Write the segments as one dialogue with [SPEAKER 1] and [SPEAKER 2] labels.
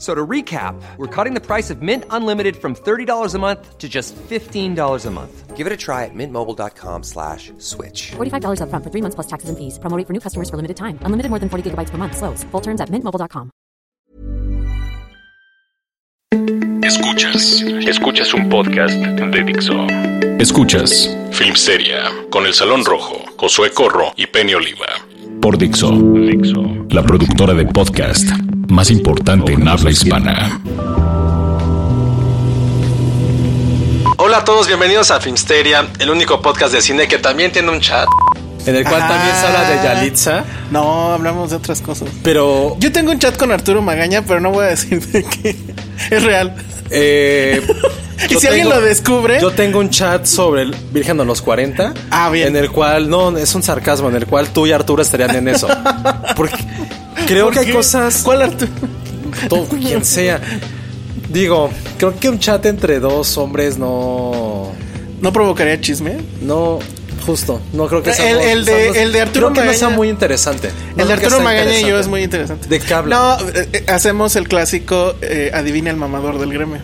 [SPEAKER 1] So to recap, we're cutting the price of Mint Unlimited from $30 a month to just $15 a month. Give it a try at mintmobile.com slash switch.
[SPEAKER 2] $45 upfront for three months plus taxes and fees. Promote for new customers for limited time. Unlimited more than 40 gigabytes per month. Slows. Full terms at mintmobile.com.
[SPEAKER 3] Escuchas, escuchas un podcast de Dixo. Escuchas Filmsteria con El Salón Rojo, Josué Corro y Penny Oliva. Por Dixo, la productora de podcast más importante en habla hispana.
[SPEAKER 4] Hola a todos, bienvenidos a Filmsteria, el único podcast de cine que también tiene un chat. En el cual
[SPEAKER 5] Ajá.
[SPEAKER 4] también se habla
[SPEAKER 5] Ah.
[SPEAKER 4] de Yalitza.
[SPEAKER 5] No, hablamos de otras cosas.
[SPEAKER 4] Pero
[SPEAKER 5] Yo tengo un chat con Arturo Magaña, pero no voy a decir de qué. Es real.
[SPEAKER 4] eh,
[SPEAKER 5] Y si alguien lo descubre-
[SPEAKER 4] Yo tengo un chat sobre el Virgen de los 40.
[SPEAKER 5] Ah, bien.
[SPEAKER 4] En el cual, no, es un sarcasmo, en el cual tú y Arturo estarían en eso. Porque creo
[SPEAKER 5] ¿Por
[SPEAKER 4] que hay
[SPEAKER 5] qué?
[SPEAKER 4] cosas.
[SPEAKER 5] ¿Cuál Arturo?
[SPEAKER 4] todo, quien sea. Digo, creo que un chat entre dos hombres no.
[SPEAKER 5] ¿No provocaría chisme?
[SPEAKER 4] No, justo. No creo que sea.
[SPEAKER 5] El- el de-
[SPEAKER 4] no-
[SPEAKER 5] el de Arturo
[SPEAKER 4] Creo que no sea
[SPEAKER 5] Magaña.
[SPEAKER 4] muy interesante. No
[SPEAKER 5] El de
[SPEAKER 4] creo que
[SPEAKER 5] Arturo
[SPEAKER 4] sea
[SPEAKER 5] Magaña y yo
[SPEAKER 4] interesante.
[SPEAKER 5] es muy interesante.
[SPEAKER 4] ¿De qué hablan?
[SPEAKER 5] No, eh, eh, hacemos el clásico eh, Adivina el mamador del gremio.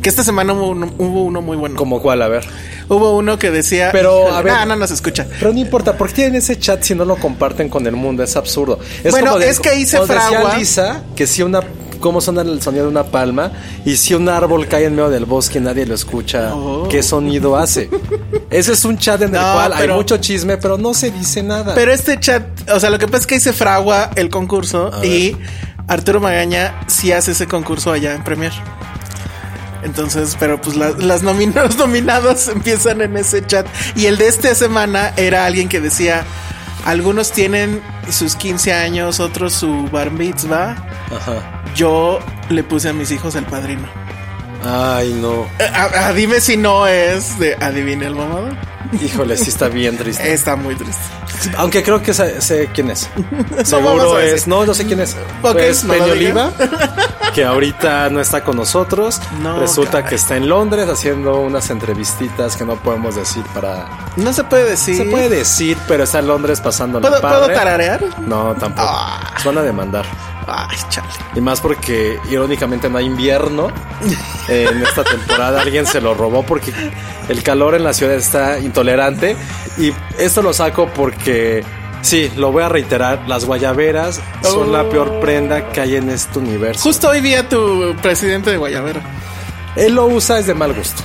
[SPEAKER 5] Que esta semana hubo uno, hubo uno muy bueno.
[SPEAKER 4] Como cuál, a ver.
[SPEAKER 5] Hubo uno que decía.
[SPEAKER 4] Pero, a ver.
[SPEAKER 5] Ah, no nos escucha.
[SPEAKER 4] Pero no importa, ¿por qué tienen ese chat si no lo comparten con el mundo? Es absurdo.
[SPEAKER 5] Bueno, es que ahí se
[SPEAKER 4] como decía
[SPEAKER 5] fragua.
[SPEAKER 4] Lisa, que si una. ¿Cómo suena el sonido de una palma? Y si un árbol cae en medio del bosque y nadie lo escucha, ¿qué sonido hace? Ese es un chat en el
[SPEAKER 5] Oh. No,
[SPEAKER 4] cual hay
[SPEAKER 5] pero-
[SPEAKER 4] mucho chisme, pero no se dice nada.
[SPEAKER 5] Pero este chat, o sea, lo que pasa es que ahí se fragua el concurso y Arturo Magaña sí hace ese concurso allá en Premier. Entonces, pero pues la- las nomin- los nominados empiezan en ese chat. Y el de esta semana era alguien que decía, algunos tienen sus 15 años, otros su bar mitzvah.
[SPEAKER 4] Ajá.
[SPEAKER 5] Yo le puse a mis hijos el padrino.
[SPEAKER 4] Ay, no.
[SPEAKER 5] Eh, a- a- dime si no es de adivine el mamador.
[SPEAKER 4] Híjole, sí está bien triste.
[SPEAKER 5] Está muy triste.
[SPEAKER 4] Aunque creo que sé, sé quién es.
[SPEAKER 5] vamos
[SPEAKER 4] Seguro
[SPEAKER 5] a decir.
[SPEAKER 4] es. No, no sé quién es.
[SPEAKER 5] Ok,
[SPEAKER 4] es
[SPEAKER 5] no lo
[SPEAKER 4] Peña Oliva,
[SPEAKER 5] digas.
[SPEAKER 4] que ahorita no está con nosotros.
[SPEAKER 5] No,
[SPEAKER 4] Resulta
[SPEAKER 5] caray.
[SPEAKER 4] que está en Londres haciendo unas entrevistitas que no podemos decir para.
[SPEAKER 5] No se puede decir.
[SPEAKER 4] Se puede decir, pero está en Londres pasando
[SPEAKER 5] ¿Puedo, ¿puedo tararear?
[SPEAKER 4] No, tampoco.
[SPEAKER 5] Ah.
[SPEAKER 4] Nos van a demandar.
[SPEAKER 5] Ay, chale.
[SPEAKER 4] Y más porque irónicamente no hay invierno en esta temporada. Alguien se lo robó porque el calor en la ciudad está intolerante. Y esto lo saco porque, sí, lo voy a reiterar, las guayaberas son la peor prenda que hay en este universo.
[SPEAKER 5] Justo hoy vi a tu presidente de Guayabera.
[SPEAKER 4] Él lo usa es de mal gusto.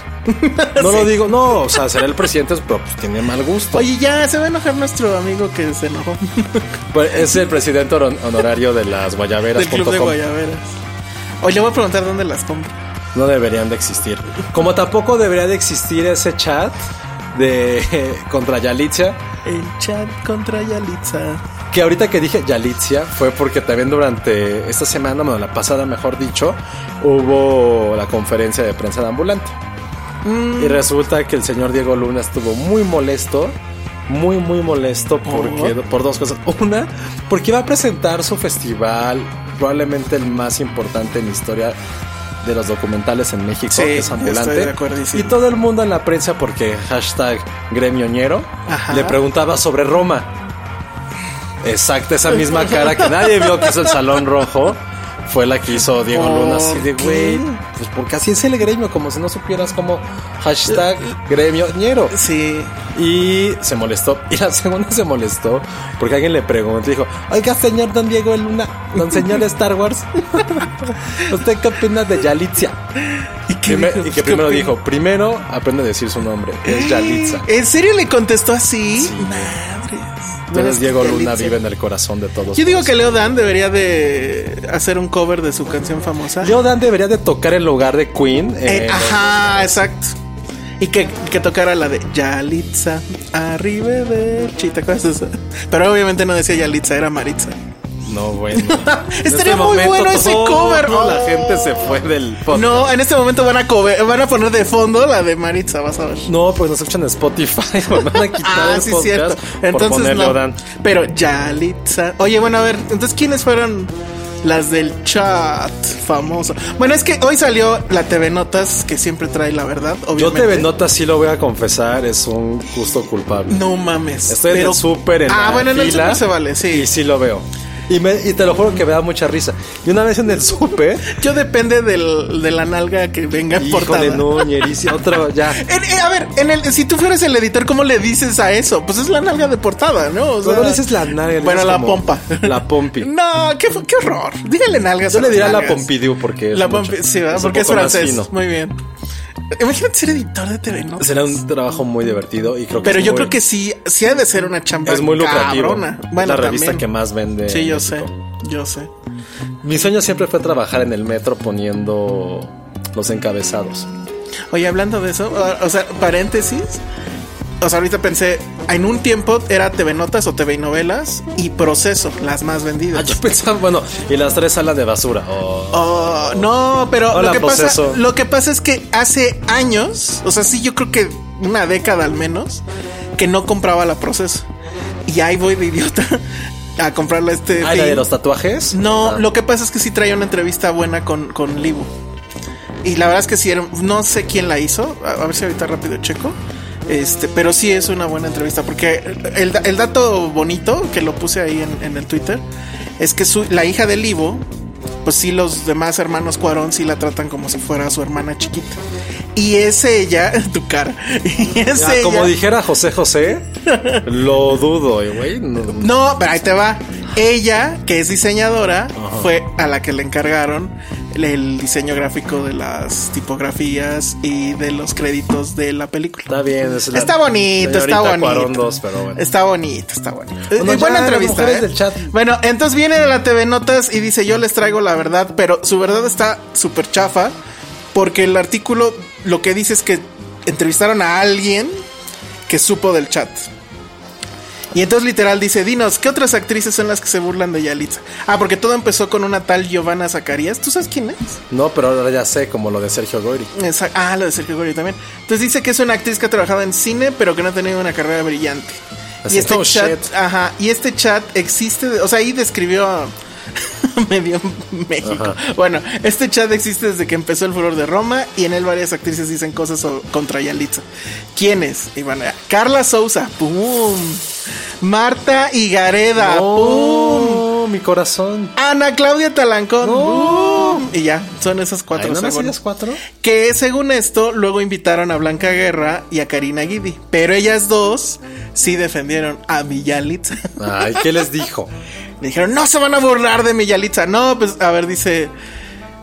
[SPEAKER 4] No lo digo, no, o sea, será el presidente, pero pues, tiene mal gusto.
[SPEAKER 5] Oye, ya se va a enojar nuestro amigo que se enojó
[SPEAKER 4] Pues, es el presidente honor- honorario de las
[SPEAKER 5] del club de
[SPEAKER 4] guayaberas.com.
[SPEAKER 5] Guayaberas. Oye, le voy a preguntar dónde las compro.
[SPEAKER 4] No deberían de existir. Como tampoco debería de existir ese chat de contra Yalitza.
[SPEAKER 5] El chat contra Yalitza.
[SPEAKER 4] Que ahorita que dije Yalitza fue porque también durante esta semana, bueno, la pasada mejor dicho, hubo la conferencia de prensa de ambulante.
[SPEAKER 5] Mm.
[SPEAKER 4] Y resulta que el señor Diego Luna estuvo muy molesto, muy, muy molesto porque, por dos cosas. Una, porque iba a presentar su festival, probablemente el más importante en la historia de los documentales en México,
[SPEAKER 5] Sí,
[SPEAKER 4] que es ambulante.
[SPEAKER 5] estoy de acuerdísimo.
[SPEAKER 4] y todo el mundo en la prensa, porque hashtag gremioñero,
[SPEAKER 5] Ajá.
[SPEAKER 4] le preguntaba sobre Roma. Exacto, esa misma cara que nadie vio que es el Salón Rojo. Fue la que hizo Diego
[SPEAKER 5] ¿Por
[SPEAKER 4] Luna así de
[SPEAKER 5] qué?
[SPEAKER 4] güey. Pues porque así es el gremio, como si no supieras como
[SPEAKER 5] Eh,
[SPEAKER 4] hashtag gremioñero.
[SPEAKER 5] Sí.
[SPEAKER 4] Y se molestó. Y la segunda se molestó porque alguien le preguntó, dijo, oiga señor Don Diego Luna, don señor Star Wars, ¿usted qué opina de Yalitza?
[SPEAKER 5] ¿Y
[SPEAKER 4] Y, me- y
[SPEAKER 5] ¿Qué
[SPEAKER 4] que primero
[SPEAKER 5] opina?
[SPEAKER 4] dijo, primero aprende a decir su nombre, es Yalitza.
[SPEAKER 5] ¿En serio le contestó así?
[SPEAKER 4] Sí.
[SPEAKER 5] Madres.
[SPEAKER 4] Entonces
[SPEAKER 5] Bueno,
[SPEAKER 4] Diego
[SPEAKER 5] Yalitza.
[SPEAKER 4] Luna vive en el corazón de todos.
[SPEAKER 5] Yo digo
[SPEAKER 4] Por
[SPEAKER 5] que Leo Dan debería de hacer un cover de su canción famosa.
[SPEAKER 4] Leo Dan debería de tocar en lugar de Queen. eh,
[SPEAKER 5] Eh, ajá, exacto. Y que, que tocara la de Yalitza, arrivederci, ¿te acuerdas de eso? Pero obviamente no decía Yalitza, era Maritza.
[SPEAKER 4] No, bueno. En este
[SPEAKER 5] Estaría muy bueno ese cover,
[SPEAKER 4] toda La
[SPEAKER 5] oh.
[SPEAKER 4] gente se fue del podcast.
[SPEAKER 5] No, en este momento van a, cover- van a poner de fondo la de Maritza, vas a ver.
[SPEAKER 4] No, pues nos escuchan en Spotify. nos Van a quitar
[SPEAKER 5] Ah,
[SPEAKER 4] el
[SPEAKER 5] sí,
[SPEAKER 4] podcast
[SPEAKER 5] cierto.
[SPEAKER 4] por
[SPEAKER 5] Entonces,
[SPEAKER 4] poner
[SPEAKER 5] no.
[SPEAKER 4] Leo Dan.
[SPEAKER 5] Pero Yalitza. Oye, bueno, a ver, entonces, ¿quiénes fueron las del chat famoso? Bueno, es que hoy salió la TV Notas, que siempre trae la verdad,
[SPEAKER 4] Yo
[SPEAKER 5] obviamente.
[SPEAKER 4] TV Nota sí lo voy a confesar, es un gusto culpable.
[SPEAKER 5] No mames.
[SPEAKER 4] Estoy en
[SPEAKER 5] pero-
[SPEAKER 4] el súper en
[SPEAKER 5] Ah,
[SPEAKER 4] la
[SPEAKER 5] bueno, en el
[SPEAKER 4] fila,
[SPEAKER 5] súper se vale, sí.
[SPEAKER 4] Y sí lo veo. Y, me- y te lo juro que me da mucha risa. Y una vez en el súper,
[SPEAKER 5] Yo depende del, de la nalga que venga en portada.
[SPEAKER 4] híjole, no, ñericia, otro ya.
[SPEAKER 5] En- eh, a ver, en el, si tú fueras el editor, ¿cómo le dices a eso? Pues es la nalga de portada, ¿no? O
[SPEAKER 4] Cuando le dices la nalga, le
[SPEAKER 5] Bueno,
[SPEAKER 4] dices
[SPEAKER 5] la
[SPEAKER 4] como-
[SPEAKER 5] pompa.
[SPEAKER 4] la pompi.
[SPEAKER 5] No, qué, qué horror. Dígale nalgas.
[SPEAKER 4] Yo
[SPEAKER 5] a
[SPEAKER 4] le
[SPEAKER 5] las
[SPEAKER 4] diría la
[SPEAKER 5] nalgas.
[SPEAKER 4] Pompidou porque es
[SPEAKER 5] La
[SPEAKER 4] mucho-
[SPEAKER 5] pompi, sí, ¿verdad?
[SPEAKER 4] un
[SPEAKER 5] porque es
[SPEAKER 4] poco más
[SPEAKER 5] francés.
[SPEAKER 4] fino.
[SPEAKER 5] Muy bien. Imagínate ser editor de TV, ¿no?
[SPEAKER 4] Será un trabajo muy divertido y creo que
[SPEAKER 5] Pero
[SPEAKER 4] es
[SPEAKER 5] yo
[SPEAKER 4] muy-
[SPEAKER 5] creo que sí, sí ha de ser una chamba
[SPEAKER 4] es muy lucrativo.
[SPEAKER 5] cabrona.
[SPEAKER 4] Es
[SPEAKER 5] Bueno,
[SPEAKER 4] la revista
[SPEAKER 5] también.
[SPEAKER 4] que más vende.
[SPEAKER 5] Sí,
[SPEAKER 4] en
[SPEAKER 5] yo sé,
[SPEAKER 4] México.
[SPEAKER 5] yo sé.
[SPEAKER 4] Mi sueño siempre fue trabajar en el metro poniendo los encabezados.
[SPEAKER 5] Oye, hablando de eso, ah, o- o sea, paréntesis. O sea, ahorita pensé, en un tiempo era TV Notas o TV y Novelas y Proceso, las más
[SPEAKER 4] Ah,
[SPEAKER 5] vendidas.
[SPEAKER 4] yo pensaba, bueno, y las tres salas de basura. Oh.
[SPEAKER 5] Oh, no, pero
[SPEAKER 4] Hola,
[SPEAKER 5] lo, que
[SPEAKER 4] Proceso.
[SPEAKER 5] pasa, lo que pasa es que hace años, o sea, sí, yo creo que una década al menos, que no compraba la Proceso. Y ahí voy de idiota a comprarla este.
[SPEAKER 4] Ah, ¿y la
[SPEAKER 5] fin.
[SPEAKER 4] de los tatuajes?
[SPEAKER 5] No,
[SPEAKER 4] Ah.
[SPEAKER 5] lo que pasa es que sí traía una entrevista buena con, con Libu. Y la verdad es que sí, era- no sé quién la hizo. A, a ver si ahorita rápido checo. Este, pero sí es una buena entrevista. Porque el, da- el dato bonito que lo puse ahí en, en el Twitter es que su- la hija de Libu, pues sí, los demás hermanos Cuarón sí la tratan como si fuera su hermana chiquita. Y es ella, tu cara. Y es
[SPEAKER 4] Ya, Ah, como
[SPEAKER 5] ella-
[SPEAKER 4] dijera José José, lo dudo, eh, güey. No,
[SPEAKER 5] No, pero ahí te va. Ella, que es diseñadora, fue a la que le encargaron el, el diseño gráfico de las tipografías y de los créditos de la película.
[SPEAKER 4] Está bien. es la
[SPEAKER 5] Está bonito, está
[SPEAKER 4] señorita
[SPEAKER 5] bonito.
[SPEAKER 4] Cuarón dos, pero bueno.
[SPEAKER 5] Está bonito, está bonito. Eh,
[SPEAKER 4] Bueno,
[SPEAKER 5] eh,
[SPEAKER 4] ya,
[SPEAKER 5] buena
[SPEAKER 4] las
[SPEAKER 5] entrevista.
[SPEAKER 4] mujeres
[SPEAKER 5] ¿eh?
[SPEAKER 4] del chat.
[SPEAKER 5] Bueno, entonces viene de la TV Notas y dice: Yo les traigo la verdad, pero su verdad está súper chafa. Porque el artículo lo que dice es que entrevistaron a alguien que supo del chat. Y entonces literal dice, dinos, ¿qué otras actrices son las que se burlan de Yalitza? Ah, porque todo empezó con una tal Giovanna Zacarías. ¿Tú sabes quién es?
[SPEAKER 4] No, pero ahora ya sé, como lo de Sergio Goyri.
[SPEAKER 5] Esa- ah, lo de Sergio Goyri también. Entonces dice que es una actriz que ha trabajado en cine, pero que no ha tenido una carrera brillante.
[SPEAKER 4] Así,
[SPEAKER 5] y este
[SPEAKER 4] oh,
[SPEAKER 5] chat,
[SPEAKER 4] shit.
[SPEAKER 5] ajá, y este chat existe, de- o sea, ahí describió a medio México. Bueno, este chat existe desde que empezó el furor de Roma y en él varias actrices dicen cosas so- contra Yalitza. ¿Quiénes? Y bueno, Carla Souza, pum. Marta Higareda, Ah, pum.
[SPEAKER 4] Oh, mi corazón.
[SPEAKER 5] Ana Claudia Talancón,
[SPEAKER 4] No.
[SPEAKER 5] pum. Y ya, son esas cuatro.
[SPEAKER 4] Ay, ¿nada más
[SPEAKER 5] según-
[SPEAKER 4] ellas cuatro?
[SPEAKER 5] que según esto, luego invitaron a Blanca Guerra y a Karina Guidi. Pero ellas dos sí defendieron a Millalitza.
[SPEAKER 4] Ay, ¿qué les dijo?
[SPEAKER 5] Dijeron, no se van a burlar de Millalitza. No, pues a ver, dice.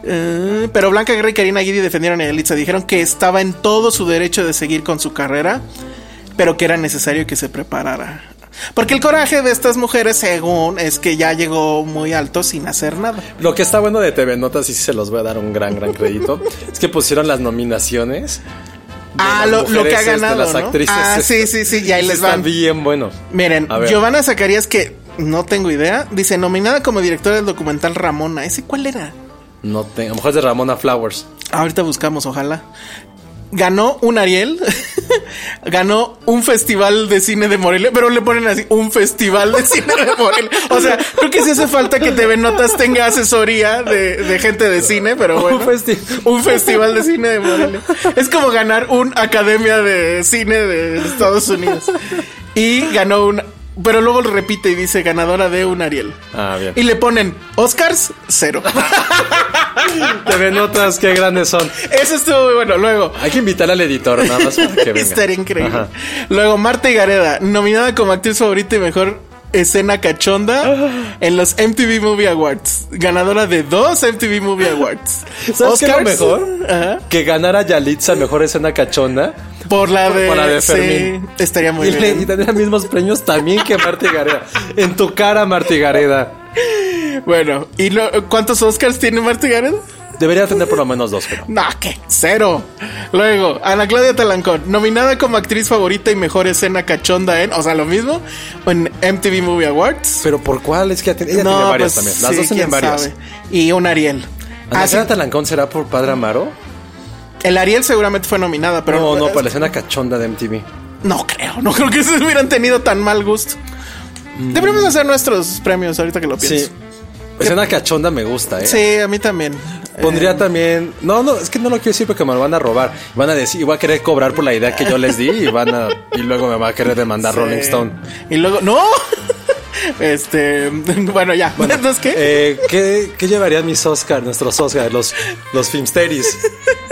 [SPEAKER 5] eh, pero Blanca Guerra y Karina Guidi defendieron a Yalitza. Dijeron que estaba en todo su derecho de seguir con su carrera, pero que era necesario que se preparara. Porque el coraje de estas mujeres, según, es que ya llegó muy alto sin hacer nada.
[SPEAKER 4] Lo que está bueno de TV Notas, y sí se los voy a dar un gran, gran crédito, es que pusieron las nominaciones. de
[SPEAKER 5] Ah,
[SPEAKER 4] las
[SPEAKER 5] lo, lo que
[SPEAKER 4] mujeres,
[SPEAKER 5] ha
[SPEAKER 4] este,
[SPEAKER 5] ganado.
[SPEAKER 4] las
[SPEAKER 5] ¿no?
[SPEAKER 4] actrices.
[SPEAKER 5] Ah, sí,
[SPEAKER 4] estas.
[SPEAKER 5] sí, sí, y ahí
[SPEAKER 4] Sí
[SPEAKER 5] les
[SPEAKER 4] está
[SPEAKER 5] van.
[SPEAKER 4] bien bueno.
[SPEAKER 5] Miren,
[SPEAKER 4] A ver.
[SPEAKER 5] Giovanna Zacarías, que no tengo idea, dice nominada como directora del documental Ramona. ¿Ese cuál era?
[SPEAKER 4] No tengo. A lo mejor es de Ramona Flowers.
[SPEAKER 5] Ahorita buscamos, ojalá. Ganó un Ariel, ganó un festival de cine de Morelia, pero le ponen así, un festival de cine de Morelia. O sea, creo que sí hace falta que TV Notas tenga asesoría de, de gente de cine, pero bueno.
[SPEAKER 4] Un festi-
[SPEAKER 5] un festival de cine de Morelia. Es como ganar un Academia de Cine de Estados Unidos. Y ganó un... Pero luego lo repite y dice ganadora de un Ariel.
[SPEAKER 4] Ah, bien.
[SPEAKER 5] Y le ponen Oscars cero.
[SPEAKER 4] TV Notas, qué grandes son.
[SPEAKER 5] Eso estuvo muy bueno. Luego,
[SPEAKER 4] Hay que invitar al editor, nada más para que venga.
[SPEAKER 5] Estaría increíble.
[SPEAKER 4] Ajá.
[SPEAKER 5] Luego, Marta Gareda, nominada como actriz favorita y mejor escena
[SPEAKER 4] Ah.
[SPEAKER 5] cachonda en los MTV Movie Awards. Ganadora de dos MTV Movie Awards.
[SPEAKER 4] ¿Sabes qué es lo
[SPEAKER 5] Oscars.
[SPEAKER 4] mejor?
[SPEAKER 5] Ajá.
[SPEAKER 4] Que ganara Yalitza mejor escena cachona
[SPEAKER 5] Por la de,
[SPEAKER 4] Por la de
[SPEAKER 5] sí,
[SPEAKER 4] Fermín.
[SPEAKER 5] estaría muy
[SPEAKER 4] y, le- y
[SPEAKER 5] bien.
[SPEAKER 4] tendría mismos premios también que Marta y Gareda. En tu cara, Marta y Gareda.
[SPEAKER 5] Bueno, ¿y lo- cuántos Oscars tiene Marta Gareda?
[SPEAKER 4] Debería tener por lo menos dos, creo.
[SPEAKER 5] No, ¿qué? Cero. Luego, Ana Claudia Talancón, nominada como actriz favorita y mejor escena cachonda en, o sea, lo mismo, en MTV Movie Awards.
[SPEAKER 4] Pero por cuál es que ya tiene- ella tiene varias
[SPEAKER 5] pues,
[SPEAKER 4] también. Las
[SPEAKER 5] sí,
[SPEAKER 4] dos tienen
[SPEAKER 5] quién
[SPEAKER 4] varias.
[SPEAKER 5] sabe. Y un Ariel.
[SPEAKER 4] ¿Ana
[SPEAKER 5] Ah, sí,
[SPEAKER 4] Clara Talancón será por Padre Amaro?
[SPEAKER 5] el Ariel seguramente fue nominada, pero
[SPEAKER 4] no, no, por la escena cachonda de MTV.
[SPEAKER 5] No creo, no creo que se hubieran tenido tan mal gusto. Deberíamos hacer nuestros premios ahorita que lo pienso.
[SPEAKER 4] Mm. Sí. Escena cachonda me gusta, ¿eh?
[SPEAKER 5] Sí, Eh. a mí también.
[SPEAKER 4] Pondría también. No, no, es que no lo quiero decir porque me lo van a robar. Van a decir, y voy a querer cobrar por la idea que yo les di y van a. Y luego me va a querer demandar Rolling Stone.
[SPEAKER 5] Este, Y luego, no. Este, bueno, ya. Entonces, ¿qué?
[SPEAKER 4] Eh, ¿qué, qué llevarían mis Oscars, nuestros Oscars, los, los Filmsteris?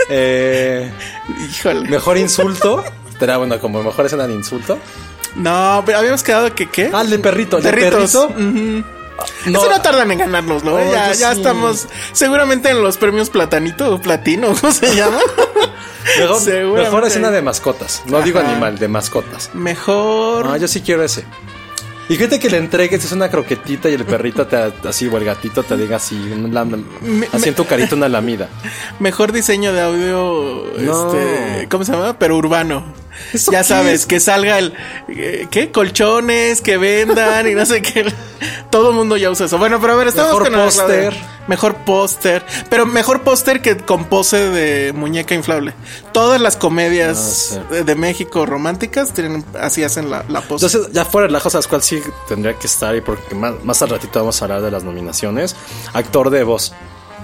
[SPEAKER 4] Eh,
[SPEAKER 5] Híjole.
[SPEAKER 4] mejor insulto. Estaría bueno, como mejor escena de insulto.
[SPEAKER 5] No, pero habíamos quedado que qué.
[SPEAKER 4] Ah, el de perrito. El de
[SPEAKER 5] Perritos.
[SPEAKER 4] perrito.
[SPEAKER 5] No. Eso no tardan en ganarnos, ¿no?
[SPEAKER 4] No,
[SPEAKER 5] ya
[SPEAKER 4] yo
[SPEAKER 5] ya
[SPEAKER 4] sí.
[SPEAKER 5] estamos. Seguramente en los premios platanito o platino, ¿cómo se llama?
[SPEAKER 4] Mejor,
[SPEAKER 5] Seguramente.
[SPEAKER 4] mejor escena de mascotas. No digo
[SPEAKER 5] Ajá.
[SPEAKER 4] animal, de mascotas.
[SPEAKER 5] Mejor.
[SPEAKER 4] No, yo sí quiero ese. Y fíjate que le entregues es una croquetita y el perrito te así o el gatito te diga así, un lam- así en tu carita una lamida.
[SPEAKER 5] Mejor diseño de audio,
[SPEAKER 4] No.
[SPEAKER 5] este, ¿cómo se llama? Pero urbano.
[SPEAKER 4] ¿Eso
[SPEAKER 5] Ya
[SPEAKER 4] qué
[SPEAKER 5] sabes,
[SPEAKER 4] es?
[SPEAKER 5] que salga el, eh, ¿qué? Colchones, que vendan y no sé qué. Todo el mundo ya usa eso. Bueno, pero a ver, estamos
[SPEAKER 4] Mejor
[SPEAKER 5] con Ana Claudia.
[SPEAKER 4] póster.
[SPEAKER 5] Mejor póster. Pero mejor póster que con pose de muñeca inflable. Todas las comedias
[SPEAKER 4] No
[SPEAKER 5] de, de México románticas tienen, así hacen la, la pose.
[SPEAKER 4] Entonces, ya fuera el ajo, ¿sabes cuál sí tendría que estar? Y porque más, más al ratito vamos a hablar de las nominaciones. Actor de voz.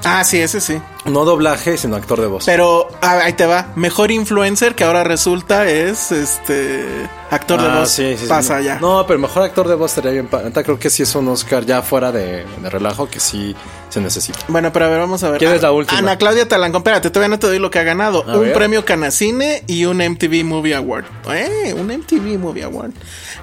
[SPEAKER 5] ah, sí, ese sí.
[SPEAKER 4] No doblaje, sino actor de voz.
[SPEAKER 5] Pero ah, ahí te va. Mejor influencer que ahora resulta es este actor de
[SPEAKER 4] Ah,
[SPEAKER 5] voz.
[SPEAKER 4] sí, sí, sí.
[SPEAKER 5] Pasa ya.
[SPEAKER 4] No, pero mejor actor de voz estaría bien. pa- Neta, creo que sí es un Oscar ya fuera de, de relajo que sí se necesita.
[SPEAKER 5] Bueno, pero a ver, vamos a ver.
[SPEAKER 4] ¿Quién es la
[SPEAKER 5] Ah,
[SPEAKER 4] última?
[SPEAKER 5] Ana Claudia Talancón. Espérate, todavía no te doy lo que ha ganado.
[SPEAKER 4] A
[SPEAKER 5] un
[SPEAKER 4] ver.
[SPEAKER 5] premio Canacine y un MTV Movie Award. Eh, un MTV Movie Award.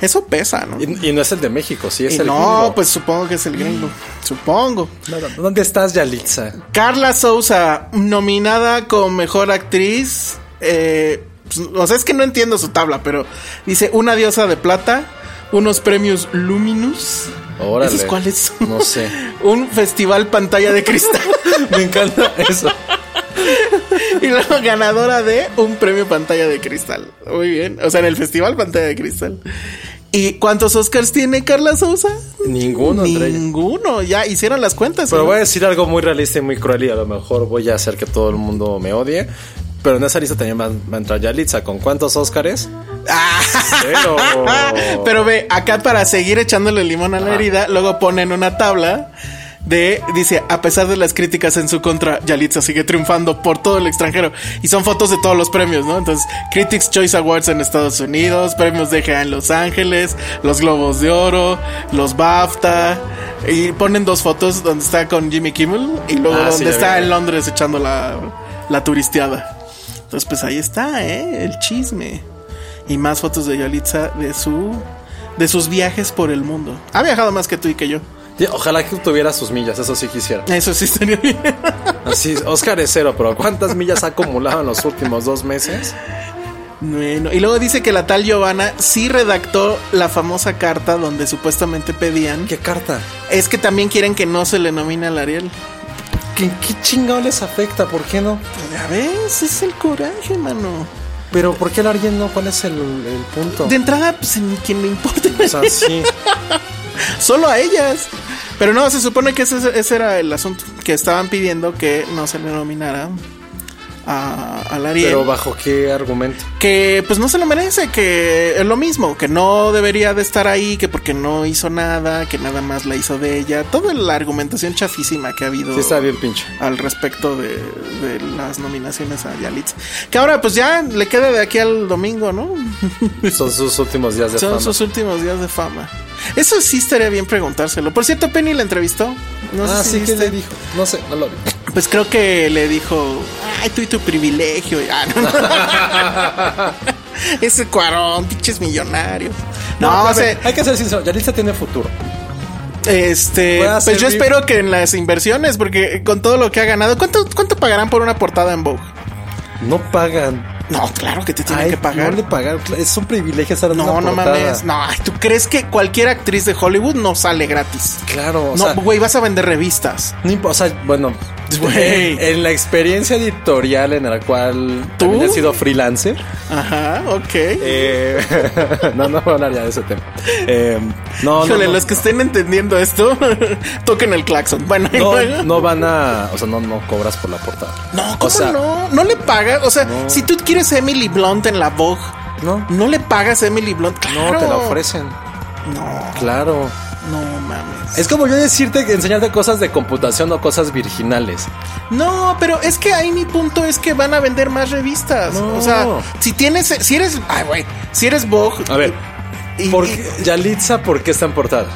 [SPEAKER 5] Eso pesa, ¿no?
[SPEAKER 4] Y, y no es el de México, sí es
[SPEAKER 5] Y
[SPEAKER 4] el
[SPEAKER 5] no,
[SPEAKER 4] gringo.
[SPEAKER 5] pues supongo que es el gringo. Supongo.
[SPEAKER 4] ¿Dónde estás, Yalitza?
[SPEAKER 5] Carla Souza, nominada como mejor actriz. eh, pues, o sea, es que no entiendo su tabla, pero dice una diosa de plata, unos premios Luminous.
[SPEAKER 4] Órale.
[SPEAKER 5] ¿Esos cuáles son?
[SPEAKER 4] No sé.
[SPEAKER 5] Un festival pantalla de cristal.
[SPEAKER 4] Me encanta eso.
[SPEAKER 5] y la ganadora de un premio pantalla de cristal. Muy bien. O sea, en el festival pantalla de cristal. ¿Y cuántos Oscars tiene Carla Souza?
[SPEAKER 4] Ninguno entre ellas.
[SPEAKER 5] Ninguno. Ya hicieron las cuentas.
[SPEAKER 4] Pero
[SPEAKER 5] ¿no?
[SPEAKER 4] voy a decir algo muy realista y muy cruel y a lo mejor voy a hacer que todo el mundo me odie. Pero en esa lista también va, va a entrar Yalitza. ¿Con cuántos Óscares? Cero.
[SPEAKER 5] Pero ve, acá para seguir echándole limón a la herida, luego ponen una tabla de, dice, a pesar de las críticas en su contra, Yalitza sigue triunfando por todo el extranjero. Y son fotos de todos los premios, ¿no? Entonces, Critics Choice Awards en Estados Unidos, premios DGA en Los Ángeles, los Globos de Oro, los BAFTA. Y ponen dos fotos donde está con Jimmy Kimmel y luego
[SPEAKER 4] Ah, sí, ya
[SPEAKER 5] donde está
[SPEAKER 4] vi.
[SPEAKER 5] en Londres echando la, la turisteada. Entonces, pues ahí está, ¿eh? El chisme. Y más fotos de Yalitza de su de sus viajes por el mundo. Ha viajado más que tú y que yo.
[SPEAKER 4] Tío, Ojalá que tuviera sus millas, eso sí quisiera.
[SPEAKER 5] Eso sí estaría bien.
[SPEAKER 4] Así, Óscar es cero, pero ¿cuántas millas ha acumulado en los últimos dos meses?
[SPEAKER 5] Bueno, y luego dice que la tal Giovanna sí redactó la famosa carta donde supuestamente pedían
[SPEAKER 4] ¿Qué carta?
[SPEAKER 5] es que también quieren que no se le nomine al Ariel.
[SPEAKER 4] ¿Qué, qué chingado les afecta? ¿Por qué no?
[SPEAKER 5] A ver, ese es el coraje, mano.
[SPEAKER 4] ¿Pero por qué el alguien no? ¿Cuál es el, el punto?
[SPEAKER 5] De entrada, pues en quien le importa.
[SPEAKER 4] O sea, sí.
[SPEAKER 5] Solo a ellas. Pero no, se supone que ese, ese era el asunto. Que estaban pidiendo que no se le nominara a, al Ariel.
[SPEAKER 4] Pero bajo qué argumento?
[SPEAKER 5] que pues no se lo merece, que es lo mismo, que no debería de estar ahí, que porque no hizo nada, que nada más la hizo de ella, toda la argumentación chafísima que ha habido
[SPEAKER 4] Sí está bien pinche.
[SPEAKER 5] al respecto de, de las nominaciones a Yalitza. Que ahora pues ya le queda de aquí al domingo, ¿no?
[SPEAKER 4] Son sus últimos días de
[SPEAKER 5] Son
[SPEAKER 4] fama.
[SPEAKER 5] sus últimos días de fama. Eso sí estaría bien preguntárselo. Por cierto, Penny la entrevistó. No
[SPEAKER 4] ah,
[SPEAKER 5] sé si
[SPEAKER 4] sí, ¿qué
[SPEAKER 5] viste.
[SPEAKER 4] le dijo? No sé, no lo vi.
[SPEAKER 5] Pues creo que le dijo, ay, tú y tu privilegio. Y, ah, no, no. Ese cuarón, pinches millonarios. No,
[SPEAKER 4] a
[SPEAKER 5] o sea,
[SPEAKER 4] ver, hay que ser sincero, Yalitza tiene futuro.
[SPEAKER 5] este,
[SPEAKER 4] Puede
[SPEAKER 5] pues yo
[SPEAKER 4] servir.
[SPEAKER 5] espero que en las inversiones, porque con todo lo que ha ganado, ¿cuánto, cuánto pagarán por una portada en Vogue?
[SPEAKER 4] No pagan.
[SPEAKER 5] No, claro que te tienen
[SPEAKER 4] Ay,
[SPEAKER 5] que pagar.
[SPEAKER 4] No le pagar. cla- Es un privilegio estar en
[SPEAKER 5] No,
[SPEAKER 4] una
[SPEAKER 5] no
[SPEAKER 4] portada.
[SPEAKER 5] mames. No, ay, ¿tú crees que cualquier actriz de Hollywood no sale gratis?
[SPEAKER 4] Claro, o
[SPEAKER 5] no,
[SPEAKER 4] sea-
[SPEAKER 5] güey, vas a vender revistas.
[SPEAKER 4] No imp- o sea, bueno,
[SPEAKER 5] Güey.
[SPEAKER 4] en- en la experiencia editorial en la cual
[SPEAKER 5] ¿Tú?
[SPEAKER 4] tú has sido freelancer,
[SPEAKER 5] Ajá, ok.
[SPEAKER 4] eh, no, no voy a hablar ya de ese tema. Eh, no, no,
[SPEAKER 5] Híjole,
[SPEAKER 4] no,
[SPEAKER 5] los que estén entendiendo esto, toquen el claxon. Bueno, y luego-
[SPEAKER 4] no, no van a, o sea, no, no cobras por la portada.
[SPEAKER 5] No, ¿cómo
[SPEAKER 4] o sea,
[SPEAKER 5] no? No le pagas. O sea, si tú quieres Emily Blunt en la Vogue,
[SPEAKER 4] No.
[SPEAKER 5] no le pagas a Emily Blunt.
[SPEAKER 4] No,
[SPEAKER 5] Claro.
[SPEAKER 4] te la ofrecen.
[SPEAKER 5] No,
[SPEAKER 4] Claro.
[SPEAKER 5] no mames.
[SPEAKER 4] Es como yo decirte, que enseñarte cosas de computación o cosas virginales.
[SPEAKER 5] No, pero es que ahí mi punto es que van a vender más revistas.
[SPEAKER 4] No.
[SPEAKER 5] O sea, si tienes, si eres, ay, güey, si eres Vogue.
[SPEAKER 4] A ver,
[SPEAKER 5] y-
[SPEAKER 4] ¿por
[SPEAKER 5] y-
[SPEAKER 4] qué- Yalitza, ¿por qué está en portada?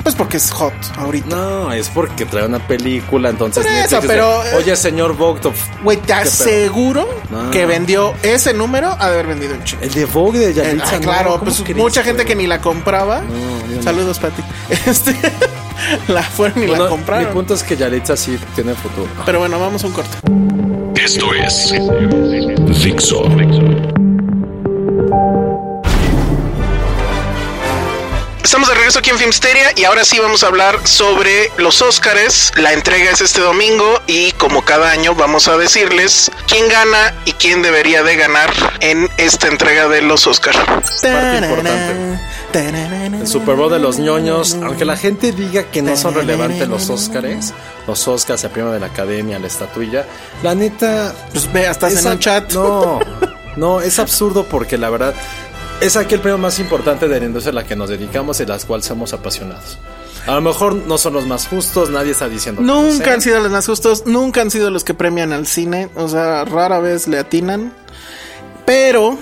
[SPEAKER 5] pues porque es hot ahorita.
[SPEAKER 4] No, es porque trae una película, entonces
[SPEAKER 5] Por eso,
[SPEAKER 4] Netflix dice,
[SPEAKER 5] pero, eh,
[SPEAKER 4] Oye, señor Bogdov,
[SPEAKER 5] Güey, te aseguro
[SPEAKER 4] No.
[SPEAKER 5] que vendió ese número ha de haber vendido un chingo.
[SPEAKER 4] el de Vogue de
[SPEAKER 5] Eh,
[SPEAKER 4] Yalitza.
[SPEAKER 5] ah,
[SPEAKER 4] no,
[SPEAKER 5] claro,
[SPEAKER 4] ¿cómo
[SPEAKER 5] pues
[SPEAKER 4] crees,
[SPEAKER 5] mucha gente que
[SPEAKER 4] güey?
[SPEAKER 5] ni la compraba. Saludos, Pati. Este, la fueron y
[SPEAKER 4] Bueno,
[SPEAKER 5] la compraron.
[SPEAKER 4] Pues Mi punto es que Yalitza sí tiene futuro.
[SPEAKER 5] Pero bueno, vamos a un corte.
[SPEAKER 3] Esto es Dixo.
[SPEAKER 6] Estamos de regreso aquí en Filmsteria y ahora sí vamos a hablar sobre los Óscares. La entrega es este domingo y como cada año vamos a decirles quién gana y quién debería de ganar en esta entrega de los Óscares.
[SPEAKER 4] Parte importante. El Super Bowl de los ñoños, aunque la gente diga que no son relevantes los Óscares, los Óscars, el premio de la academia, la estatuilla, la neta.
[SPEAKER 5] Pues ve, hasta
[SPEAKER 4] es
[SPEAKER 5] en
[SPEAKER 4] ab-
[SPEAKER 5] un chat.
[SPEAKER 4] No, no, es absurdo porque la verdad es aquí el premio más importante de la industria a la que nos dedicamos y las cuales somos apasionados. A lo mejor no son los más justos, nadie está diciendo. que no
[SPEAKER 5] Nunca
[SPEAKER 4] sean.
[SPEAKER 5] han sido los más justos, nunca han sido los que premian al cine, o sea, rara vez le atinan. Pero,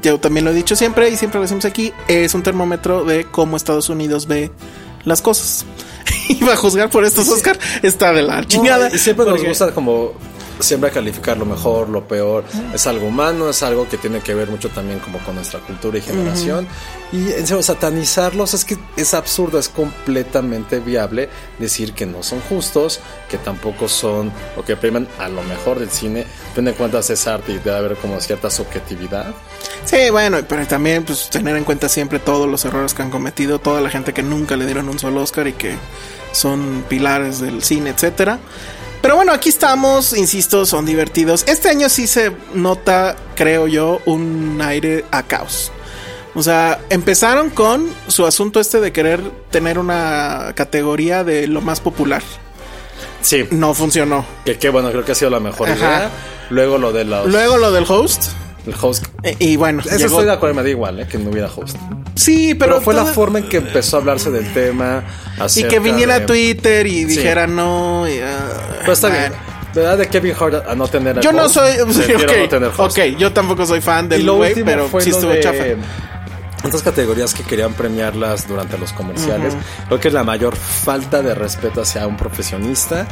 [SPEAKER 5] yo también lo he dicho siempre y siempre lo decimos aquí, es un termómetro de cómo Estados Unidos ve las cosas. Y va a juzgar por estos Oscar, está de la chingada.
[SPEAKER 4] No, y siempre nos
[SPEAKER 5] porque-
[SPEAKER 4] gusta como siempre calificar lo mejor, lo peor. Es algo humano, es algo que tiene que ver mucho también como con nuestra cultura y generación. Y en serio, satanizarlos es que es absurdo, es completamente viable decir que no son justos, que tampoco son o que priman a lo mejor del cine. Ten en cuenta es arte y debe haber como cierta subjetividad.
[SPEAKER 5] Sí, bueno, pero también pues tener en cuenta siempre todos los errores que han cometido, toda la gente que nunca le dieron un solo Oscar y que son pilares del cine, etcétera. Pero bueno, aquí estamos, insisto, son divertidos. Este año sí se nota, creo yo, un aire a caos. O sea, empezaron con su asunto este de querer tener una categoría de lo más popular.
[SPEAKER 4] Sí,
[SPEAKER 5] No funcionó.
[SPEAKER 4] que qué bueno, creo que ha sido la mejor
[SPEAKER 5] Ajá.
[SPEAKER 4] idea. Luego lo de los,
[SPEAKER 5] Luego lo del host.
[SPEAKER 4] el host.
[SPEAKER 5] eh, Y bueno,
[SPEAKER 4] Eso
[SPEAKER 5] llegó-
[SPEAKER 4] estoy de acuerdo, me da igual, eh, que no hubiera host.
[SPEAKER 5] sí, pero,
[SPEAKER 4] Pero, fue la
[SPEAKER 5] toda-
[SPEAKER 4] forma en que empezó a hablarse del tema.
[SPEAKER 5] Y
[SPEAKER 4] acerca
[SPEAKER 5] que viniera
[SPEAKER 4] de-
[SPEAKER 5] a Twitter y dijera no. y, ah,
[SPEAKER 4] Pero está bien.
[SPEAKER 5] bueno.
[SPEAKER 4] La edad de Kevin Hart a no tener. el
[SPEAKER 5] Yo no
[SPEAKER 4] host,
[SPEAKER 5] soy.
[SPEAKER 4] prefiero
[SPEAKER 5] ok,
[SPEAKER 4] no tener host.
[SPEAKER 5] ok, yo tampoco soy fan
[SPEAKER 4] Y
[SPEAKER 5] del
[SPEAKER 4] lo
[SPEAKER 5] güey,
[SPEAKER 4] último
[SPEAKER 5] pero
[SPEAKER 4] fue
[SPEAKER 5] sí
[SPEAKER 4] lo
[SPEAKER 5] estuvo
[SPEAKER 4] de
[SPEAKER 5] chafa.
[SPEAKER 4] Otras categorías que querían premiarlas durante los comerciales. Creo que es la mayor falta de respeto hacia un profesionista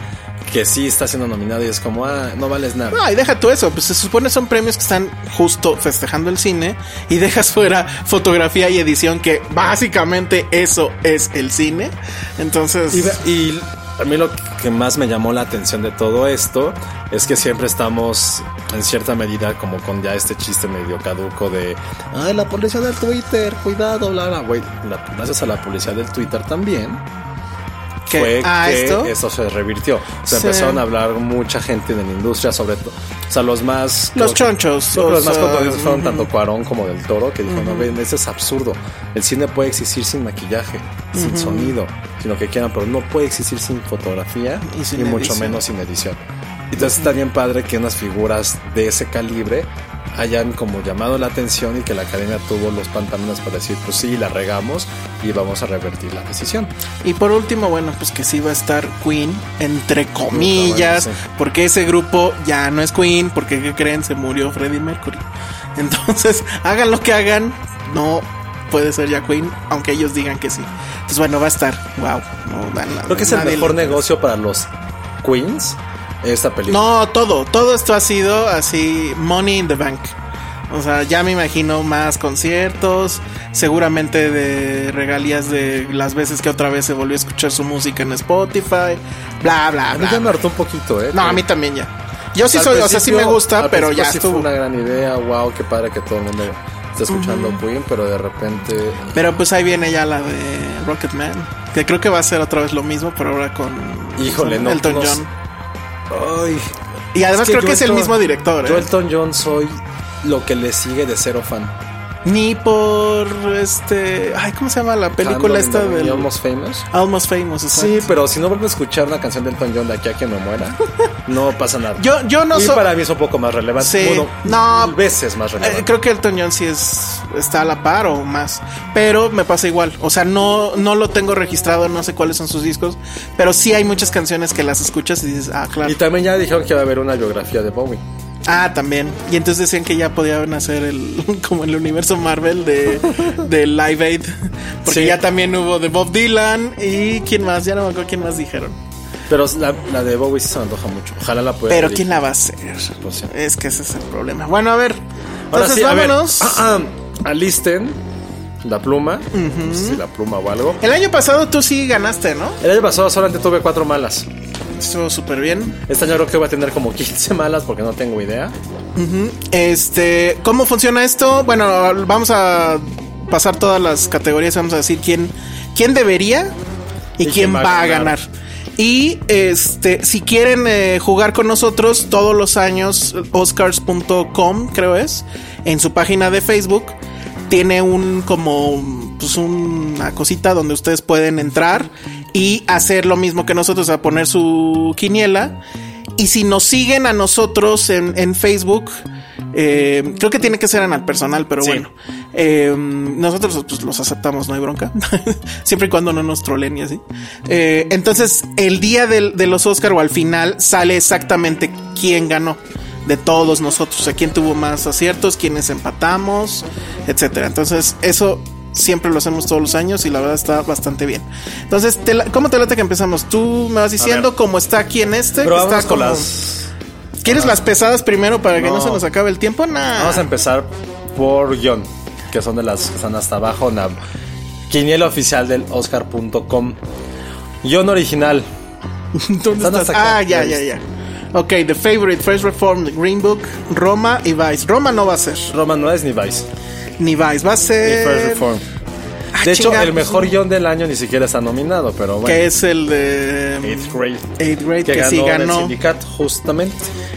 [SPEAKER 4] que sí está siendo nominado y es como, ah, no vales nada.
[SPEAKER 5] No, y deja tú eso. Pues se supone son premios que están justo festejando el cine y dejas fuera fotografía y edición, que básicamente eso es el cine. Entonces.
[SPEAKER 4] Y, ve- y a mí lo que más me llamó la atención de todo esto es que siempre estamos en cierta medida como con ya este chiste medio caduco de ay la policía del Twitter, cuidado, bla bla güey. La- Gracias a la policía del Twitter también
[SPEAKER 5] que-
[SPEAKER 4] fue
[SPEAKER 5] ah,
[SPEAKER 4] que
[SPEAKER 5] esto.
[SPEAKER 4] eso se revirtió. Se
[SPEAKER 5] Sí.
[SPEAKER 4] empezaron a hablar mucha gente en la industria, sobre todo. O sea, los más.
[SPEAKER 5] Los chonchos,
[SPEAKER 4] creo que
[SPEAKER 5] o
[SPEAKER 4] los más
[SPEAKER 5] sea,
[SPEAKER 4] controvertidos fueron tanto Cuarón como del Toro, que dijo: No, ven, eso es absurdo. El cine puede existir sin maquillaje, sin sonido, sin lo que quieran, pero no puede existir sin fotografía
[SPEAKER 5] Y
[SPEAKER 4] y,
[SPEAKER 5] sin
[SPEAKER 4] mucho
[SPEAKER 5] edición.
[SPEAKER 4] menos sin edición. Entonces está bien padre que unas figuras de ese calibre hayan como llamado la atención y que la academia tuvo los pantalones para decir, pues sí, la regamos y vamos a revertir la decisión.
[SPEAKER 5] Y por último, bueno, pues que sí va a estar Queen, entre comillas,
[SPEAKER 4] bueno, sí.
[SPEAKER 5] porque ese grupo ya no es Queen, porque ¿qué creen? Se murió Freddie Mercury. Entonces, hagan lo que hagan, no puede ser ya Queen, aunque ellos digan que sí. Entonces, bueno, va a estar, wow. No, na-
[SPEAKER 4] Creo que es el
[SPEAKER 5] nadie
[SPEAKER 4] mejor
[SPEAKER 5] lo-
[SPEAKER 4] negocio para los Queens. Esta película.
[SPEAKER 5] No, todo, todo esto ha sido así, money in the bank. O sea, ya me imagino más conciertos, seguramente de regalías de las veces que otra vez se volvió a escuchar su música en Spotify, bla, bla,
[SPEAKER 4] a mí
[SPEAKER 5] bla.
[SPEAKER 4] ya me
[SPEAKER 5] bla.
[SPEAKER 4] hartó un poquito, ¿eh?
[SPEAKER 5] No, a mí
[SPEAKER 4] también.
[SPEAKER 5] también ya. Yo sí
[SPEAKER 4] Al
[SPEAKER 5] soy, o sea, sí
[SPEAKER 4] principio-
[SPEAKER 5] me gusta,
[SPEAKER 4] al
[SPEAKER 5] pero
[SPEAKER 4] principio
[SPEAKER 5] ya
[SPEAKER 4] sí fue
[SPEAKER 5] estuvo.
[SPEAKER 4] una gran idea, wow, qué padre que todo el mundo está escuchando Queen, pero de repente
[SPEAKER 5] Pero pues ahí viene ya la de Rocketman. Que creo que va a ser otra vez lo mismo, pero ahora con
[SPEAKER 4] Híjole, no,
[SPEAKER 5] Elton
[SPEAKER 4] no sé.
[SPEAKER 5] John.
[SPEAKER 4] Ay,
[SPEAKER 5] Y
[SPEAKER 4] Es
[SPEAKER 5] además
[SPEAKER 4] que
[SPEAKER 5] creo
[SPEAKER 4] yo
[SPEAKER 5] que es el
[SPEAKER 4] Elton-
[SPEAKER 5] mismo director.
[SPEAKER 4] yo
[SPEAKER 5] ¿eh?
[SPEAKER 4] Elton John soy lo que le sigue de cero fan.
[SPEAKER 5] Ni por este. Ay, ¿cómo se llama la película
[SPEAKER 4] Handle
[SPEAKER 5] esta
[SPEAKER 4] in the
[SPEAKER 5] del.
[SPEAKER 4] Ring, Almost Famous.
[SPEAKER 5] Almost Famous.
[SPEAKER 4] Sí,
[SPEAKER 5] exacto.
[SPEAKER 4] pero si no vuelvo a escuchar una canción de Elton John de aquí a que me muera, no pasa nada.
[SPEAKER 5] Yo, yo no
[SPEAKER 4] y
[SPEAKER 5] soy.
[SPEAKER 4] para mí es un poco más relevante.
[SPEAKER 5] Sí.
[SPEAKER 4] Bueno,
[SPEAKER 5] No.
[SPEAKER 4] mil veces más relevante.
[SPEAKER 5] Eh, creo que Elton John sí es está a la par o más, pero me pasa igual. O sea, no no lo tengo registrado, no sé cuáles son sus discos, pero sí hay muchas canciones que las escuchas y dices, ah, claro.
[SPEAKER 4] Y también ya dijeron que va a haber una biografía de Bowie.
[SPEAKER 5] Ah, también. Y entonces decían que ya podían hacer el como el universo Marvel de, de Live Aid, porque
[SPEAKER 4] Sí.
[SPEAKER 5] ya también hubo de Bob Dylan y quién más, ya no me acuerdo quién más dijeron.
[SPEAKER 4] Pero la, la de Bowie sí se me antoja mucho. Ojalá la pueda.
[SPEAKER 5] Pero quién la va a hacer?
[SPEAKER 4] Pues sí.
[SPEAKER 5] Es que ese es el problema. Bueno, a ver.
[SPEAKER 4] Ahora
[SPEAKER 5] Entonces
[SPEAKER 4] sí, a ver,
[SPEAKER 5] vámonos.
[SPEAKER 4] ah, ah, alisten la pluma. Sí, la pluma o algo.
[SPEAKER 5] El año pasado tú sí ganaste, ¿no?
[SPEAKER 4] El año pasado solamente tuve cuatro malas.
[SPEAKER 5] Estuvo súper bien.
[SPEAKER 4] Este año creo que voy a tener como 15 malas porque no tengo idea.
[SPEAKER 5] Este, ¿cómo funciona esto? Bueno, vamos a pasar todas las categorías, vamos a decir quién, quién debería y,
[SPEAKER 4] Y
[SPEAKER 5] quién va, a ganar. Y este, si quieren eh, jugar con nosotros todos los años, oscars.com, creo es, en su página de Facebook, tiene un como pues una cosita donde ustedes pueden entrar y hacer lo mismo que nosotros, a poner su quiniela. Y si nos siguen a nosotros en, en Facebook, eh, creo que tiene que ser en al personal, pero
[SPEAKER 4] Sí.
[SPEAKER 5] bueno. Eh, nosotros pues, los aceptamos, no hay bronca. Siempre y cuando no nos troleen y así. Eh, entonces, el día del- de los Oscar o al final sale exactamente quién ganó de todos nosotros. O sea, quién tuvo más aciertos, quiénes empatamos, etcétera. Entonces, eso siempre lo hacemos todos los años y la verdad está bastante bien. Entonces, te la- ¿cómo te late que empezamos? Tú me vas diciendo cómo está aquí en este.
[SPEAKER 4] Pero
[SPEAKER 5] está
[SPEAKER 4] vamos con
[SPEAKER 5] como-
[SPEAKER 4] las.
[SPEAKER 5] ¿Quieres las pesadas primero para que no,
[SPEAKER 4] No.
[SPEAKER 5] se nos acabe el tiempo? Nah.
[SPEAKER 4] Vamos a empezar por guión, que son de las que están hasta abajo. La quiniela oficial del Oscar.com. Guión original.
[SPEAKER 5] ¿Dónde
[SPEAKER 4] Están
[SPEAKER 5] estás?
[SPEAKER 4] hasta acá.
[SPEAKER 5] Ah, ya,
[SPEAKER 4] Ahí
[SPEAKER 5] ya, ya. Ok, The Favorite, First Reformed, Green Book, Roma y Vice. Roma no va a ser,
[SPEAKER 4] Roman no es ni Vice.
[SPEAKER 5] ni Vice, va a
[SPEAKER 4] ni First
[SPEAKER 5] ser.
[SPEAKER 4] Reform.
[SPEAKER 5] Eh, Ah,
[SPEAKER 4] De hecho,
[SPEAKER 5] chinga,
[SPEAKER 4] el
[SPEAKER 5] pues,
[SPEAKER 4] mejor guión del año ni siquiera está nominado, pero bueno.
[SPEAKER 5] Que es el de.
[SPEAKER 4] Eighth Grade.
[SPEAKER 5] Eighth Grade,
[SPEAKER 4] que,
[SPEAKER 5] que,
[SPEAKER 4] ganó,
[SPEAKER 5] sí
[SPEAKER 4] en el
[SPEAKER 5] ganó.
[SPEAKER 4] sindicato, justamente.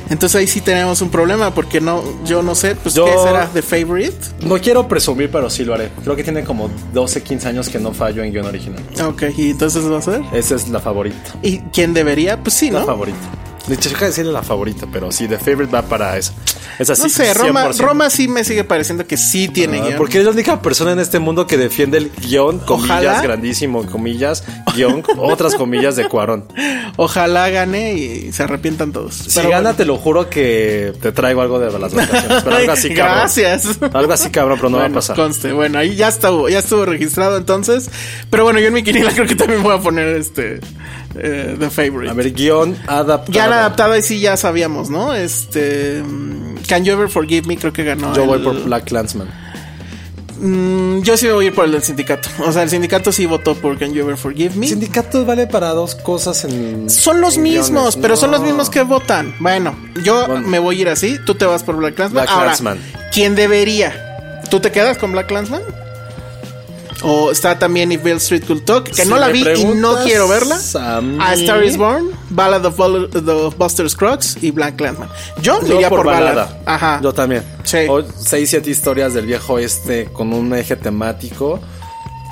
[SPEAKER 5] Entonces ahí sí tenemos un problema porque no, yo no sé, pues
[SPEAKER 4] Yo-
[SPEAKER 5] ¿qué será? ¿The Favorite?
[SPEAKER 4] No quiero presumir, pero sí lo haré. Creo que tiene como 12, 15 años que no fallo en guión original.
[SPEAKER 5] Ok, y entonces va a ser.
[SPEAKER 4] Esa es la favorita.
[SPEAKER 5] ¿Y quién debería? Pues sí,
[SPEAKER 4] La
[SPEAKER 5] ¿no?
[SPEAKER 4] favorita. De hecho, yo decirle la favorita, pero sí, The Favorite va para esa. Es así.
[SPEAKER 5] No sé, Roma,
[SPEAKER 4] 100%.
[SPEAKER 5] Roma sí me sigue pareciendo que sí tiene
[SPEAKER 4] Ah,
[SPEAKER 5] guión.
[SPEAKER 4] Porque es la única persona en este mundo que defiende el guión, comillas,
[SPEAKER 5] Ojalá.
[SPEAKER 4] grandísimo, comillas, guión, otras comillas de Cuarón.
[SPEAKER 5] Ojalá gane y se arrepientan todos.
[SPEAKER 4] Si
[SPEAKER 5] Pero
[SPEAKER 4] gana,
[SPEAKER 5] bueno.
[SPEAKER 4] te lo juro que te traigo algo de las vacaciones. Pero algo así, cabrón.
[SPEAKER 5] Gracias.
[SPEAKER 4] Algo así, cabrón, pero no
[SPEAKER 5] Bueno,
[SPEAKER 4] va a pasar.
[SPEAKER 5] conste. Bueno, ahí ya estuvo, ya estuvo registrado entonces. Pero bueno, yo en mi quiniela creo que también voy a poner este eh, The Favorite.
[SPEAKER 4] A ver, guión adaptado.
[SPEAKER 5] ya la adaptada y sí ya sabíamos, ¿no? Este mm, Can You Ever Forgive Me creo que ganó.
[SPEAKER 4] Yo
[SPEAKER 5] el-
[SPEAKER 4] voy por Black Clansman.
[SPEAKER 5] Mm, Yo sí me voy a ir por el del sindicato. O sea, el sindicato sí votó por Can You Ever Forgive Me.
[SPEAKER 4] Sindicatos vale para dos cosas en.
[SPEAKER 5] son los
[SPEAKER 4] en
[SPEAKER 5] mismos,
[SPEAKER 4] guiones.
[SPEAKER 5] pero son los
[SPEAKER 4] No.
[SPEAKER 5] mismos que votan. Bueno, yo
[SPEAKER 4] Bueno.
[SPEAKER 5] me voy a ir así, tú te vas por Black Clansman.
[SPEAKER 4] Black
[SPEAKER 5] Ahora,
[SPEAKER 4] Klansman.
[SPEAKER 5] ¿quién debería? ¿Tú te quedas con Black Clansman? O está también If Bill Street Could Talk, que
[SPEAKER 4] Si
[SPEAKER 5] no la
[SPEAKER 4] me
[SPEAKER 5] vi y no
[SPEAKER 4] preguntas
[SPEAKER 5] quiero verla.
[SPEAKER 4] a mí-
[SPEAKER 5] A Star is Born, Ballad of, Bul- the Buster Scruggs y Black Clansman. Yo
[SPEAKER 4] Yo
[SPEAKER 5] iría por, Ballad. Ajá.
[SPEAKER 4] Ajá. Yo también.
[SPEAKER 5] Sí.
[SPEAKER 4] O seis, siete historias del viejo este con un eje temático.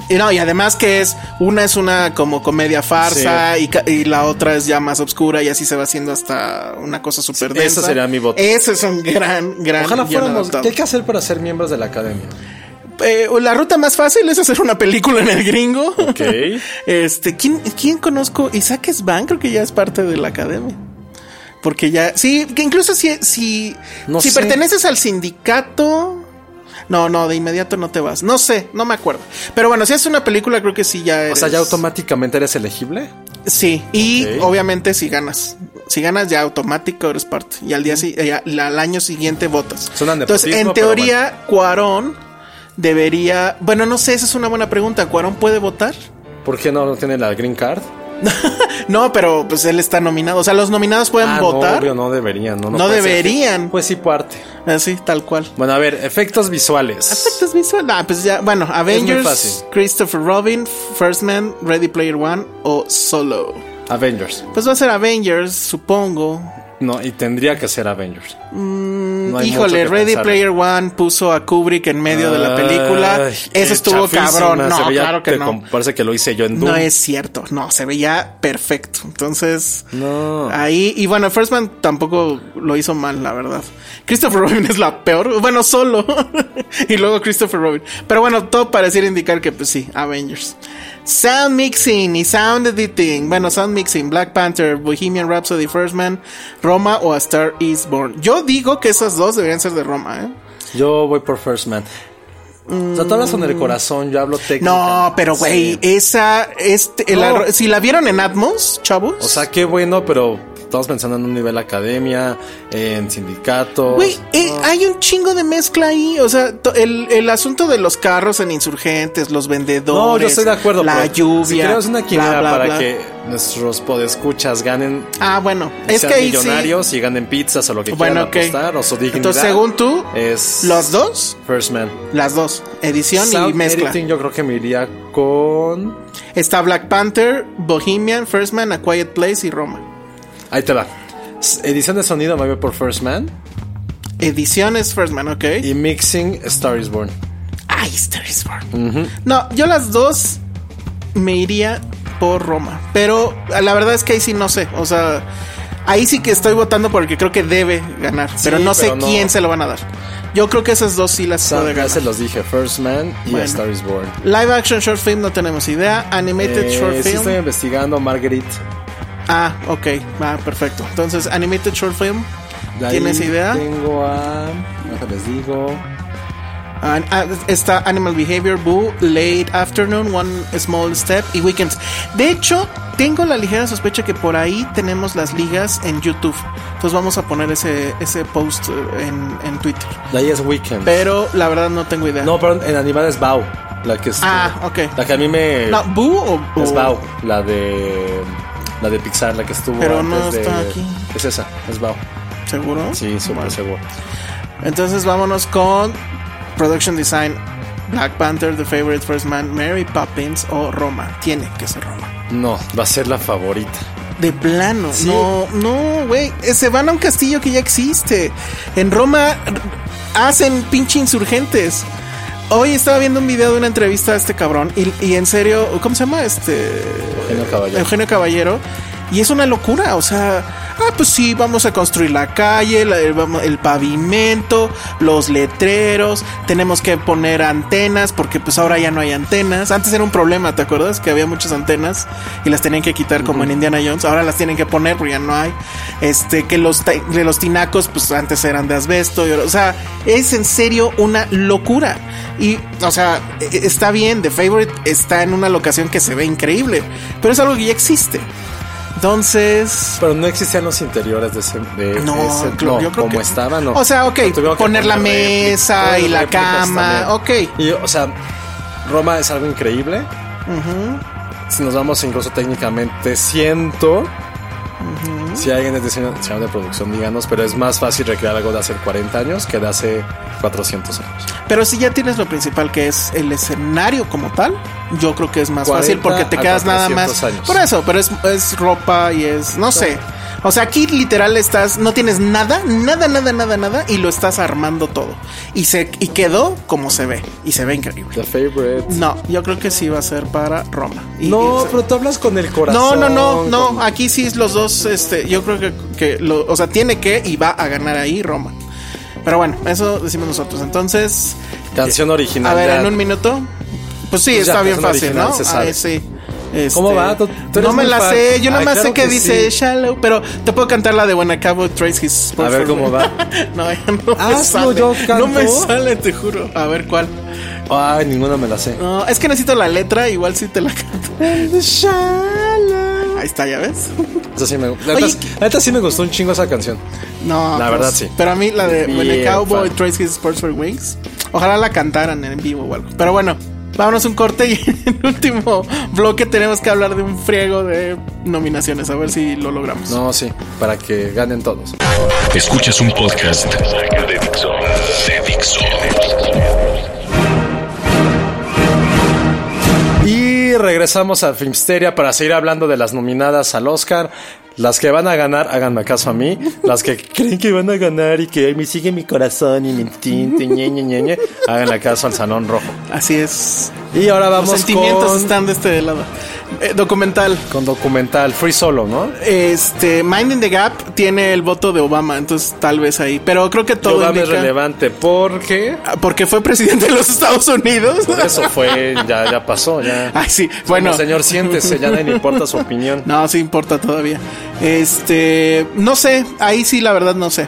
[SPEAKER 5] Y no, y además que es, una es una como comedia farsa y ca- y, la otra es ya más obscura y así se va haciendo hasta una cosa súper
[SPEAKER 4] Sí,
[SPEAKER 5] densa.
[SPEAKER 4] ese sería mi voto.
[SPEAKER 5] Ese es un gran, gran.
[SPEAKER 4] Ojalá
[SPEAKER 5] guion
[SPEAKER 4] fuéramos.
[SPEAKER 5] adaptado.
[SPEAKER 4] ¿Qué hay que hacer para ser miembros de la academia?
[SPEAKER 5] Eh, la ruta más fácil es hacer una película en el gringo.
[SPEAKER 4] Ok.
[SPEAKER 5] este, ¿quién, ¿quién conozco? Isaac Svan creo que ya es parte de la academia. Porque ya, sí, que incluso si, si,
[SPEAKER 4] No
[SPEAKER 5] si
[SPEAKER 4] sé.
[SPEAKER 5] perteneces al sindicato. No, no, de inmediato no te vas. No sé, no me acuerdo. Pero bueno, si es una película, creo que sí ya
[SPEAKER 4] O sea, ya
[SPEAKER 5] eres-
[SPEAKER 4] automáticamente eres elegible.
[SPEAKER 5] Sí, y
[SPEAKER 4] Ok.
[SPEAKER 5] obviamente si ganas, si ganas ya automático eres parte y al día si- eh, ya- al año siguiente votas.
[SPEAKER 4] Suena
[SPEAKER 5] Entonces,
[SPEAKER 4] nepotismo,
[SPEAKER 5] en
[SPEAKER 4] pero
[SPEAKER 5] teoría, Cuarón debería, bueno, no sé, esa es una buena pregunta. ¿Cuarón puede votar?
[SPEAKER 4] ¿Por qué no, no tiene la green card?
[SPEAKER 5] No, pero pues él está nominado. O sea, los nominados pueden
[SPEAKER 4] Ah, no,
[SPEAKER 5] votar.
[SPEAKER 4] obvio, no deberían. No,
[SPEAKER 5] No
[SPEAKER 4] puede ser.
[SPEAKER 5] deberían.
[SPEAKER 4] Pues sí, parte.
[SPEAKER 5] Así, tal cual.
[SPEAKER 4] Bueno, a ver, efectos visuales.
[SPEAKER 5] Efectos visuales. Ah, pues ya. Bueno,
[SPEAKER 4] fácil.
[SPEAKER 5] Avengers, Christopher Robin, First Man, Ready Player One o Solo.
[SPEAKER 4] Avengers.
[SPEAKER 5] Pues va a ser Avengers, supongo.
[SPEAKER 4] No, y tendría que ser Avengers. No hay mucho
[SPEAKER 5] Mm, Híjole,
[SPEAKER 4] que
[SPEAKER 5] Ready
[SPEAKER 4] pensarle.
[SPEAKER 5] Player One puso a Kubrick en medio de la
[SPEAKER 4] Ay,
[SPEAKER 5] película.
[SPEAKER 4] qué
[SPEAKER 5] Eso estuvo
[SPEAKER 4] chafísima,
[SPEAKER 5] cabrón.
[SPEAKER 4] se
[SPEAKER 5] No,
[SPEAKER 4] veía-
[SPEAKER 5] claro que
[SPEAKER 4] te
[SPEAKER 5] no.
[SPEAKER 4] com- Parece que lo hice yo en Doom.
[SPEAKER 5] No es cierto, no, se veía perfecto. Entonces,
[SPEAKER 4] No.
[SPEAKER 5] ahí, y bueno, First Man tampoco lo hizo mal, la verdad. Christopher Robin es la peor, bueno, solo. y luego Christopher Robin. Pero bueno, todo pareciera indicar que, pues sí, Avengers. Sound Mixing y Sound Editing. Bueno, Sound Mixing, Black Panther, Bohemian Rhapsody, First Man, Roma o A Star Is Born. Yo digo que esas dos deberían ser de Roma, ¿eh?
[SPEAKER 4] Yo voy por First Man. O sea, tú hablas con el corazón, yo hablo técnica.
[SPEAKER 5] Mm. No, pero güey,
[SPEAKER 4] Sí.
[SPEAKER 5] esa, este, el
[SPEAKER 4] No.
[SPEAKER 5] arro- si la vieron en Atmos, chavos.
[SPEAKER 4] O sea, qué bueno, pero estamos pensando en un nivel academia, en sindicatos.
[SPEAKER 5] Güey, eh, hay un chingo de mezcla ahí. O sea, to- el, el asunto de los carros en insurgentes, los vendedores.
[SPEAKER 4] No, yo estoy de acuerdo.
[SPEAKER 5] La
[SPEAKER 4] pero
[SPEAKER 5] lluvia.
[SPEAKER 4] Si queremos una
[SPEAKER 5] bla,
[SPEAKER 4] quimera
[SPEAKER 5] bla,
[SPEAKER 4] para
[SPEAKER 5] bla.
[SPEAKER 4] que nuestros podescuchas ganen.
[SPEAKER 5] Ah, bueno.
[SPEAKER 4] y
[SPEAKER 5] Es
[SPEAKER 4] sean
[SPEAKER 5] que ahí sí.
[SPEAKER 4] millonarios y ganen pizzas o lo que
[SPEAKER 5] Bueno,
[SPEAKER 4] quieran
[SPEAKER 5] ok.
[SPEAKER 4] apostar o su dignidad.
[SPEAKER 5] Entonces, según tú,
[SPEAKER 4] es
[SPEAKER 5] ¿los dos?
[SPEAKER 4] First Man.
[SPEAKER 5] Las dos. Edición y
[SPEAKER 4] Sound
[SPEAKER 5] mezcla.
[SPEAKER 4] editing yo creo que me iría con...
[SPEAKER 5] Está Black Panther, Bohemian, First Man, A Quiet Place y Roma.
[SPEAKER 4] Ahí te va. S- Edición de sonido me voy por First Man
[SPEAKER 5] Ediciones First Man, ok.
[SPEAKER 4] y mixing Star is Born.
[SPEAKER 5] Ay, Star is Born. No, yo las dos me iría por Roma. Pero la verdad es que ahí sí no sé. O sea, ahí sí que estoy votando porque creo que debe ganar. pero no sé
[SPEAKER 4] pero no.
[SPEAKER 5] quién se lo van a dar. Yo creo que esas dos sí las puede
[SPEAKER 4] Sound, ya
[SPEAKER 5] ganar.
[SPEAKER 4] se los dije, First Man y
[SPEAKER 5] Bueno.
[SPEAKER 4] A Star is Born.
[SPEAKER 5] Live action short film no tenemos idea. Animated
[SPEAKER 4] Eh,
[SPEAKER 5] ¿Este short
[SPEAKER 4] sí
[SPEAKER 5] film.
[SPEAKER 4] estoy investigando Marguerite.
[SPEAKER 5] Ah, ok. Va, perfecto. Entonces, animated short film.
[SPEAKER 4] De ahí
[SPEAKER 5] ¿Tienes idea?
[SPEAKER 4] Tengo a... Ahora les digo.
[SPEAKER 5] Ah, ah, está Animal Behavior, Boo, Late Afternoon, One Small Step y Weekends. De hecho, tengo la ligera sospecha que por ahí tenemos las ligas en YouTube. Entonces vamos a poner ese, ese post eh, en, en Twitter.
[SPEAKER 4] De ahí es Weekend.
[SPEAKER 5] Pero la verdad no tengo idea.
[SPEAKER 4] No, pero en animada es Bao. La que es... eh,
[SPEAKER 5] Ah, ok.
[SPEAKER 4] La que a mí me...
[SPEAKER 5] No, Boo o, o-
[SPEAKER 4] Es Bao, la de... La de Pixar, la que estuvo
[SPEAKER 5] Pero
[SPEAKER 4] antes
[SPEAKER 5] no
[SPEAKER 4] de-
[SPEAKER 5] está aquí.
[SPEAKER 4] Es esa, es Bao.
[SPEAKER 5] ¿Seguro?
[SPEAKER 4] Sí, súper
[SPEAKER 5] Bueno.
[SPEAKER 4] seguro.
[SPEAKER 5] Entonces vámonos con Production Design, Black Panther, The Favorite First Man, Mary Poppins o Roma. Tiene que ser Roma.
[SPEAKER 4] No, va a ser la favorita.
[SPEAKER 5] De plano. No, no, güey. Eh, Se van a un castillo que ya existe. En Roma r- hacen pinche insurgentes. Hoy estaba viendo un video de una entrevista a este cabrón y, y en serio, ¿cómo se llama? Este
[SPEAKER 4] Eugenio Caballero.
[SPEAKER 5] Eugenio Caballero. Y es una locura, o sea, ah, pues sí, vamos a construir la calle, la- el, vamos- el pavimento, los letreros, tenemos que poner antenas, porque pues ahora ya no hay antenas. Antes era un problema, ¿te acuerdas? Que había muchas antenas y las tenían que quitar como en Indiana Jones, ahora las tienen que poner porque ya no hay. Este, que los, ti- de los tinacos, pues antes eran de asbesto, y ahora- o sea, es en serio una locura. Y, o sea, e- e- está bien, The Favorite está en una locación que se ve increíble, pero es algo que ya existe. Entonces.
[SPEAKER 4] Pero no existían los interiores de ese. de
[SPEAKER 5] No,
[SPEAKER 4] ese-
[SPEAKER 5] creo-
[SPEAKER 4] no,
[SPEAKER 5] yo creo
[SPEAKER 4] como
[SPEAKER 5] que-
[SPEAKER 4] estaba, no.
[SPEAKER 5] o sea, ok,
[SPEAKER 4] Tuvieron que
[SPEAKER 5] poner la
[SPEAKER 4] réplicas,
[SPEAKER 5] mesa
[SPEAKER 4] poner
[SPEAKER 5] y la
[SPEAKER 4] réplicas
[SPEAKER 5] cama, ok.
[SPEAKER 4] Y, o sea, Roma es algo increíble. Si nos vamos incluso técnicamente, siento. Si alguien es diseñador diseñador de producción, díganos, pero es más fácil recrear algo de hace 40 años que de hace 400 años.
[SPEAKER 5] Pero si ya tienes lo principal que es el escenario como tal, yo creo que es más
[SPEAKER 4] 40
[SPEAKER 5] fácil porque te
[SPEAKER 4] a
[SPEAKER 5] quedas nada
[SPEAKER 4] 400
[SPEAKER 5] más.
[SPEAKER 4] años.
[SPEAKER 5] Por eso, pero es, es ropa y es. No sé. O sea, aquí literal estás, no tienes nada, nada, nada, nada, nada, y lo estás armando todo. Y se y quedó como se ve. Y se ve increíble.
[SPEAKER 4] The favorite.
[SPEAKER 5] No, yo creo que sí va a ser para Roma. Y- y
[SPEAKER 4] No, pues
[SPEAKER 5] se-
[SPEAKER 4] pero tú hablas con el
[SPEAKER 5] No,
[SPEAKER 4] corazón.
[SPEAKER 5] no, no,
[SPEAKER 4] con-
[SPEAKER 5] no. Aquí sí es los dos. Este, yo creo que, que lo, o sea, tiene que y va a ganar ahí Roma. Pero bueno, eso decimos nosotros. Entonces, eh,
[SPEAKER 4] Canción original.
[SPEAKER 5] a ver,
[SPEAKER 4] ya.
[SPEAKER 5] en un minuto. Pues sí,
[SPEAKER 4] Pues ya,
[SPEAKER 5] está bien
[SPEAKER 4] persona
[SPEAKER 5] fácil,
[SPEAKER 4] original
[SPEAKER 5] ¿no?
[SPEAKER 4] se
[SPEAKER 5] Ah,
[SPEAKER 4] sabe.
[SPEAKER 5] sí. Este,
[SPEAKER 4] ¿Cómo va? Tú- tú eres
[SPEAKER 5] no me
[SPEAKER 4] muy
[SPEAKER 5] la
[SPEAKER 4] fan.
[SPEAKER 5] sé, yo nada
[SPEAKER 4] Ay,
[SPEAKER 5] más
[SPEAKER 4] claro
[SPEAKER 5] sé que,
[SPEAKER 4] que
[SPEAKER 5] dice
[SPEAKER 4] sí.
[SPEAKER 5] Shallow, pero te puedo cantar la de When a Cowboy Trace His
[SPEAKER 4] A ver
[SPEAKER 5] Spurs.
[SPEAKER 4] cómo va.
[SPEAKER 5] no, ya no me
[SPEAKER 4] Hazlo,
[SPEAKER 5] sale.
[SPEAKER 4] yo
[SPEAKER 5] No
[SPEAKER 4] canto.
[SPEAKER 5] me sale, te juro. A ver cuál.
[SPEAKER 4] Ay, ninguna me la sé.
[SPEAKER 5] No, es que necesito la letra, igual sí te la canto. Ahí está, ya ves.
[SPEAKER 4] Eso sí me, la,
[SPEAKER 5] Oye,
[SPEAKER 4] neta, es- la neta sí me gustó un chingo esa canción.
[SPEAKER 5] No. pues,
[SPEAKER 4] La verdad, sí.
[SPEAKER 5] Pero a mí la de When
[SPEAKER 4] Bien
[SPEAKER 5] a Cowboy
[SPEAKER 4] fan.
[SPEAKER 5] Trace His Spurs for Wings. Ojalá la cantaran en vivo o algo. Pero bueno, Vámonos un corte y en el último bloque tenemos que hablar de un friego de nominaciones, a ver si lo logramos.
[SPEAKER 4] No, sí, para que ganen todos.
[SPEAKER 3] Escuchas un podcast de Dixo. De Dixo.
[SPEAKER 4] Y regresamos a Filmsteria para seguir hablando de las nominadas al Oscar. Las que van a ganar, háganme caso a mí. Las que creen que van a ganar y que me sigue mi corazón y mi tinte, ñe, ñe, ñe, ñe, háganle caso al Salón Rojo.
[SPEAKER 5] Así es.
[SPEAKER 4] Y ahora
[SPEAKER 5] Los
[SPEAKER 4] vamos
[SPEAKER 5] sentimientos
[SPEAKER 4] con,
[SPEAKER 5] están de este lado. Eh, documental.
[SPEAKER 4] con documental Free Solo, ¿no?
[SPEAKER 5] Este, Minding the Gap tiene el voto de Obama, entonces tal vez ahí. Pero creo que todo
[SPEAKER 4] Todo es
[SPEAKER 5] indica-
[SPEAKER 4] relevante porque
[SPEAKER 5] Ah, porque fue presidente de los Estados Unidos.
[SPEAKER 4] eso fue, ya, ya pasó, ya.
[SPEAKER 5] Ay, sí. Bueno,
[SPEAKER 4] señor, siéntese, ya nadie le importa su opinión.
[SPEAKER 5] No, sí importa todavía. Este, no sé, ahí sí la verdad no sé.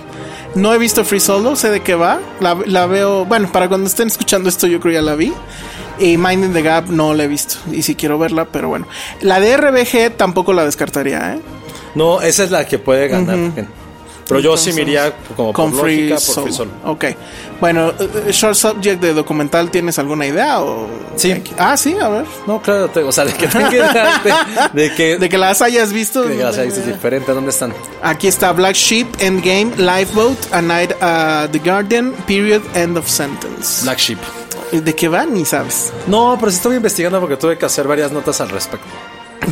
[SPEAKER 5] No he visto Free Solo, sé de qué va. La, la veo, bueno, para cuando estén escuchando esto yo creo ya la vi. Y Mind in the Gap no la he visto. Y sí quiero verla, pero bueno. La de RBG tampoco la descartaría, ¿eh?
[SPEAKER 4] No, esa es la que puede ganar. Pero yo sí me iría como
[SPEAKER 5] Con
[SPEAKER 4] por
[SPEAKER 5] Free,
[SPEAKER 4] lógica por
[SPEAKER 5] Solo.
[SPEAKER 4] Free Solo.
[SPEAKER 5] Ok. Bueno, eh, Short Subject de documental, ¿tienes alguna idea? O...
[SPEAKER 4] Sí.
[SPEAKER 5] Ah, sí, a ver.
[SPEAKER 4] No, claro, te- o sea, de que te quedaste, de que...
[SPEAKER 5] De que las hayas visto.
[SPEAKER 4] de que, o sea, es diferente, ¿dónde están?
[SPEAKER 5] Aquí está Black Sheep, Endgame, Lifeboat, A Night at the Garden, Period, End of Sentence.
[SPEAKER 4] Black Sheep.
[SPEAKER 5] ¿De qué va? Ni sabes.
[SPEAKER 4] No, pero sí estuve investigando porque tuve que hacer varias notas al respecto.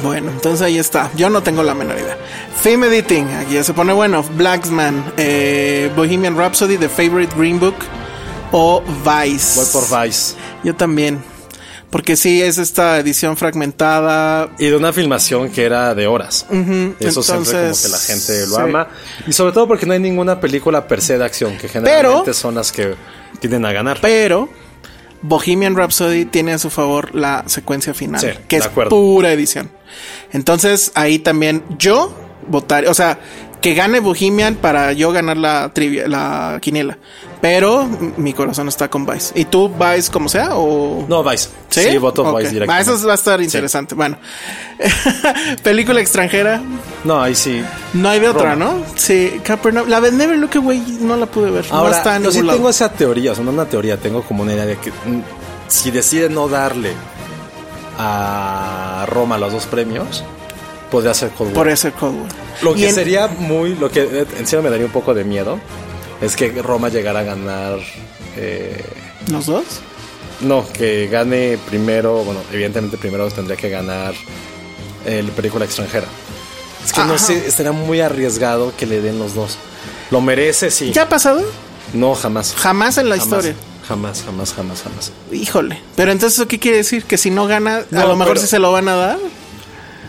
[SPEAKER 5] Bueno, entonces ahí está. Yo no tengo la menor idea. Fame Editing, aquí ya se pone bueno. Blacksman, eh, Bohemian Rhapsody, The Favorite Green Book o Vice.
[SPEAKER 4] Voy por Vice.
[SPEAKER 5] Yo también. Porque sí, es esta edición fragmentada.
[SPEAKER 4] Y de una filmación que era de horas. Eso siempre como
[SPEAKER 5] entonces,
[SPEAKER 4] que la gente lo
[SPEAKER 5] sí.
[SPEAKER 4] ama. Y sobre todo porque no hay ninguna película per se de acción, que generalmente son las que tienden a ganar.
[SPEAKER 5] Pero Bohemian Rhapsody tiene a su favor la secuencia final,
[SPEAKER 4] Sí,
[SPEAKER 5] que
[SPEAKER 4] de
[SPEAKER 5] es
[SPEAKER 4] acuerdo.
[SPEAKER 5] pura edición. Entonces ahí también yo votar, o sea, que gane Bohemian para yo ganar la trivia, la quiniela. Pero m- mi corazón está con Vice. ¿Y tú Vice como sea o
[SPEAKER 4] No, Vice. Sí, voto
[SPEAKER 5] Ok.
[SPEAKER 4] Vice
[SPEAKER 5] Ah,
[SPEAKER 4] directamente.
[SPEAKER 5] Eso va a estar interesante. Bueno, película extranjera.
[SPEAKER 4] No, ahí sí.
[SPEAKER 5] No hay de otra,
[SPEAKER 4] Roma.
[SPEAKER 5] ¿no? Sí, Capernaum. La de Never Look Away no la pude ver. no
[SPEAKER 4] Ahora,
[SPEAKER 5] está en
[SPEAKER 4] yo sí
[SPEAKER 5] ningún lado.
[SPEAKER 4] tengo esa teoría, o sea, no una teoría, tengo como una idea de que mm, si decide no darle a Roma los dos premios, podría ser Cold War.
[SPEAKER 5] Por ese Cold War.
[SPEAKER 4] Lo
[SPEAKER 5] Y
[SPEAKER 4] que
[SPEAKER 5] en-
[SPEAKER 4] sería muy, lo que eh, en sí me daría un poco de miedo, es que Roma llegara a ganar, eh,
[SPEAKER 5] ¿Los dos?
[SPEAKER 4] no, que gane primero, bueno, evidentemente primero tendría que ganar el película extranjera. Es que no
[SPEAKER 5] Ajá.
[SPEAKER 4] sé, estaría muy arriesgado que le den los dos. Lo merece, sí.
[SPEAKER 5] ¿Ya ha pasado?
[SPEAKER 4] No, jamás.
[SPEAKER 5] Jamás en la
[SPEAKER 4] Jamás,
[SPEAKER 5] historia.
[SPEAKER 4] Jamás, jamás, jamás, jamás.
[SPEAKER 5] Híjole. Pero entonces, ¿eso ¿qué quiere decir? Que si no gana, a
[SPEAKER 4] No,
[SPEAKER 5] lo mejor
[SPEAKER 4] pero-
[SPEAKER 5] sí se lo van a dar.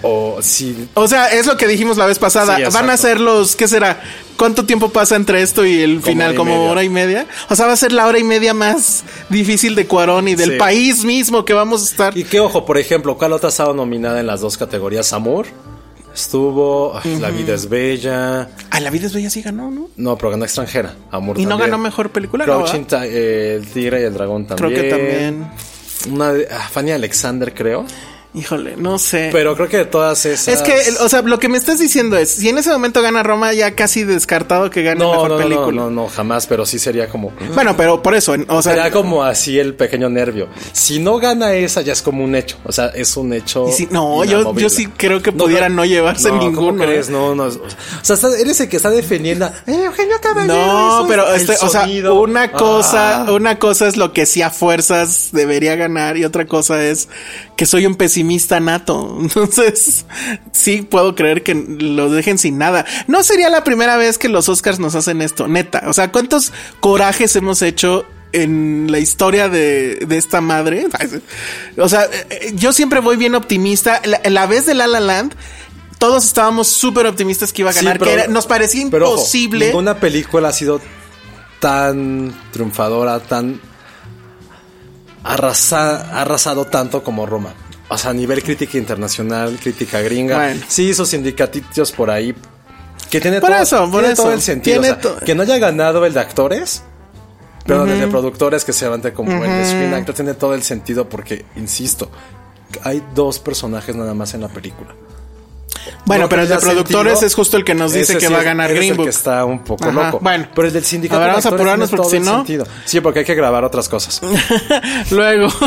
[SPEAKER 4] O si.
[SPEAKER 5] O sea, es lo que dijimos la vez pasada.
[SPEAKER 4] Sí,
[SPEAKER 5] van a
[SPEAKER 4] exacto.
[SPEAKER 5] ser los, ¿qué será? ¿Cuánto tiempo pasa entre esto y el final?
[SPEAKER 4] hora y
[SPEAKER 5] ¿Como
[SPEAKER 4] media.
[SPEAKER 5] hora y media? O sea, va a ser la hora y media más difícil de Cuarón y del
[SPEAKER 4] Sí.
[SPEAKER 5] país mismo que vamos a estar.
[SPEAKER 4] Y qué ojo, por ejemplo, ¿cuál otra ha estado nominada en las dos categorías? Amor. Estuvo. ay, La vida es bella.
[SPEAKER 5] A la vida es bella sí ganó, ¿no?
[SPEAKER 4] No, pero ganó extranjera. Amor.
[SPEAKER 5] Y no
[SPEAKER 4] también.
[SPEAKER 5] ganó mejor película, ¿no?
[SPEAKER 4] Crouching
[SPEAKER 5] ¿verdad?
[SPEAKER 4] Ti- eh, El tigre y el dragón también.
[SPEAKER 5] Creo que también.
[SPEAKER 4] Una de- ah, Fanny Alexander, creo.
[SPEAKER 5] Híjole, no sé.
[SPEAKER 4] Pero creo que de todas esas.
[SPEAKER 5] es que, el- o sea, lo que me estás diciendo es, si en ese momento gana Roma, ya casi descartado que gane
[SPEAKER 4] no,
[SPEAKER 5] mejor
[SPEAKER 4] no, no,
[SPEAKER 5] película. Ah.
[SPEAKER 4] no, no, jamás, pero sí sería como.
[SPEAKER 5] Bueno, pero por eso, en- o sea,
[SPEAKER 4] Será como así el pequeño nervio. Si no gana esa, ya es como un hecho. O sea, es un hecho.
[SPEAKER 5] Y si- no, yo-
[SPEAKER 4] inamovible.
[SPEAKER 5] yo sí creo que pudiera no llevarse
[SPEAKER 4] ¿cómo
[SPEAKER 5] ninguno,
[SPEAKER 4] crees?
[SPEAKER 5] eh.
[SPEAKER 4] No, no. O sea, estás- eres el que está defendiendo. "Eh, Eugenio Caballero.
[SPEAKER 5] No,
[SPEAKER 4] eso
[SPEAKER 5] pero
[SPEAKER 4] es
[SPEAKER 5] este,
[SPEAKER 4] el
[SPEAKER 5] o sea,
[SPEAKER 4] sonido".
[SPEAKER 5] una cosa,
[SPEAKER 4] Ah,
[SPEAKER 5] una cosa es lo que sí a fuerzas debería ganar y otra cosa es que soy un pesimista nato. Entonces, sí puedo creer que lo dejen sin nada. No sería la primera vez que los Oscars nos hacen esto, neta. O sea, ¿cuántos corajes hemos hecho? En la historia de, de esta madre. O sea, eh, eh, yo siempre voy bien optimista. La, la vez de La La Land, todos estábamos súper optimistas que iba a
[SPEAKER 4] sí,
[SPEAKER 5] ganar. que
[SPEAKER 4] pero-
[SPEAKER 5] era- nos parecía
[SPEAKER 4] pero ojo,
[SPEAKER 5] imposible.
[SPEAKER 4] ninguna película ha sido tan triunfadora, tan arrasa- ha arrasado tanto como Roma. O sea, a nivel crítica internacional, crítica gringa.
[SPEAKER 5] Bueno.
[SPEAKER 4] Sí, esos sindicatitos por ahí. Que tiene,
[SPEAKER 5] Por
[SPEAKER 4] todo,
[SPEAKER 5] eso, por
[SPEAKER 4] tiene
[SPEAKER 5] eso.
[SPEAKER 4] todo el sentido.
[SPEAKER 5] Tiene
[SPEAKER 4] o sea,
[SPEAKER 5] to-
[SPEAKER 4] que no haya ganado el de actores, pero el de productores que se levante como el de Screen Actor, tiene todo el sentido porque, insisto, hay dos personajes nada más en la película.
[SPEAKER 5] Bueno,
[SPEAKER 4] No
[SPEAKER 5] pero el de
[SPEAKER 4] tendría
[SPEAKER 5] productores
[SPEAKER 4] sentido.
[SPEAKER 5] es justo el que nos dice
[SPEAKER 4] Ese
[SPEAKER 5] que
[SPEAKER 4] sí
[SPEAKER 5] va a
[SPEAKER 4] es-
[SPEAKER 5] ganar
[SPEAKER 4] ese es
[SPEAKER 5] Green
[SPEAKER 4] el
[SPEAKER 5] Book.
[SPEAKER 4] que está un poco
[SPEAKER 5] Ajá,
[SPEAKER 4] loco.
[SPEAKER 5] bueno.
[SPEAKER 4] pero el del sindicato.
[SPEAKER 5] A ver,
[SPEAKER 4] de
[SPEAKER 5] vamos a
[SPEAKER 4] actores tiene
[SPEAKER 5] apurarnos porque
[SPEAKER 4] todo
[SPEAKER 5] si
[SPEAKER 4] el
[SPEAKER 5] no-
[SPEAKER 4] sentido. Sí, porque hay que grabar otras cosas.
[SPEAKER 5] Luego.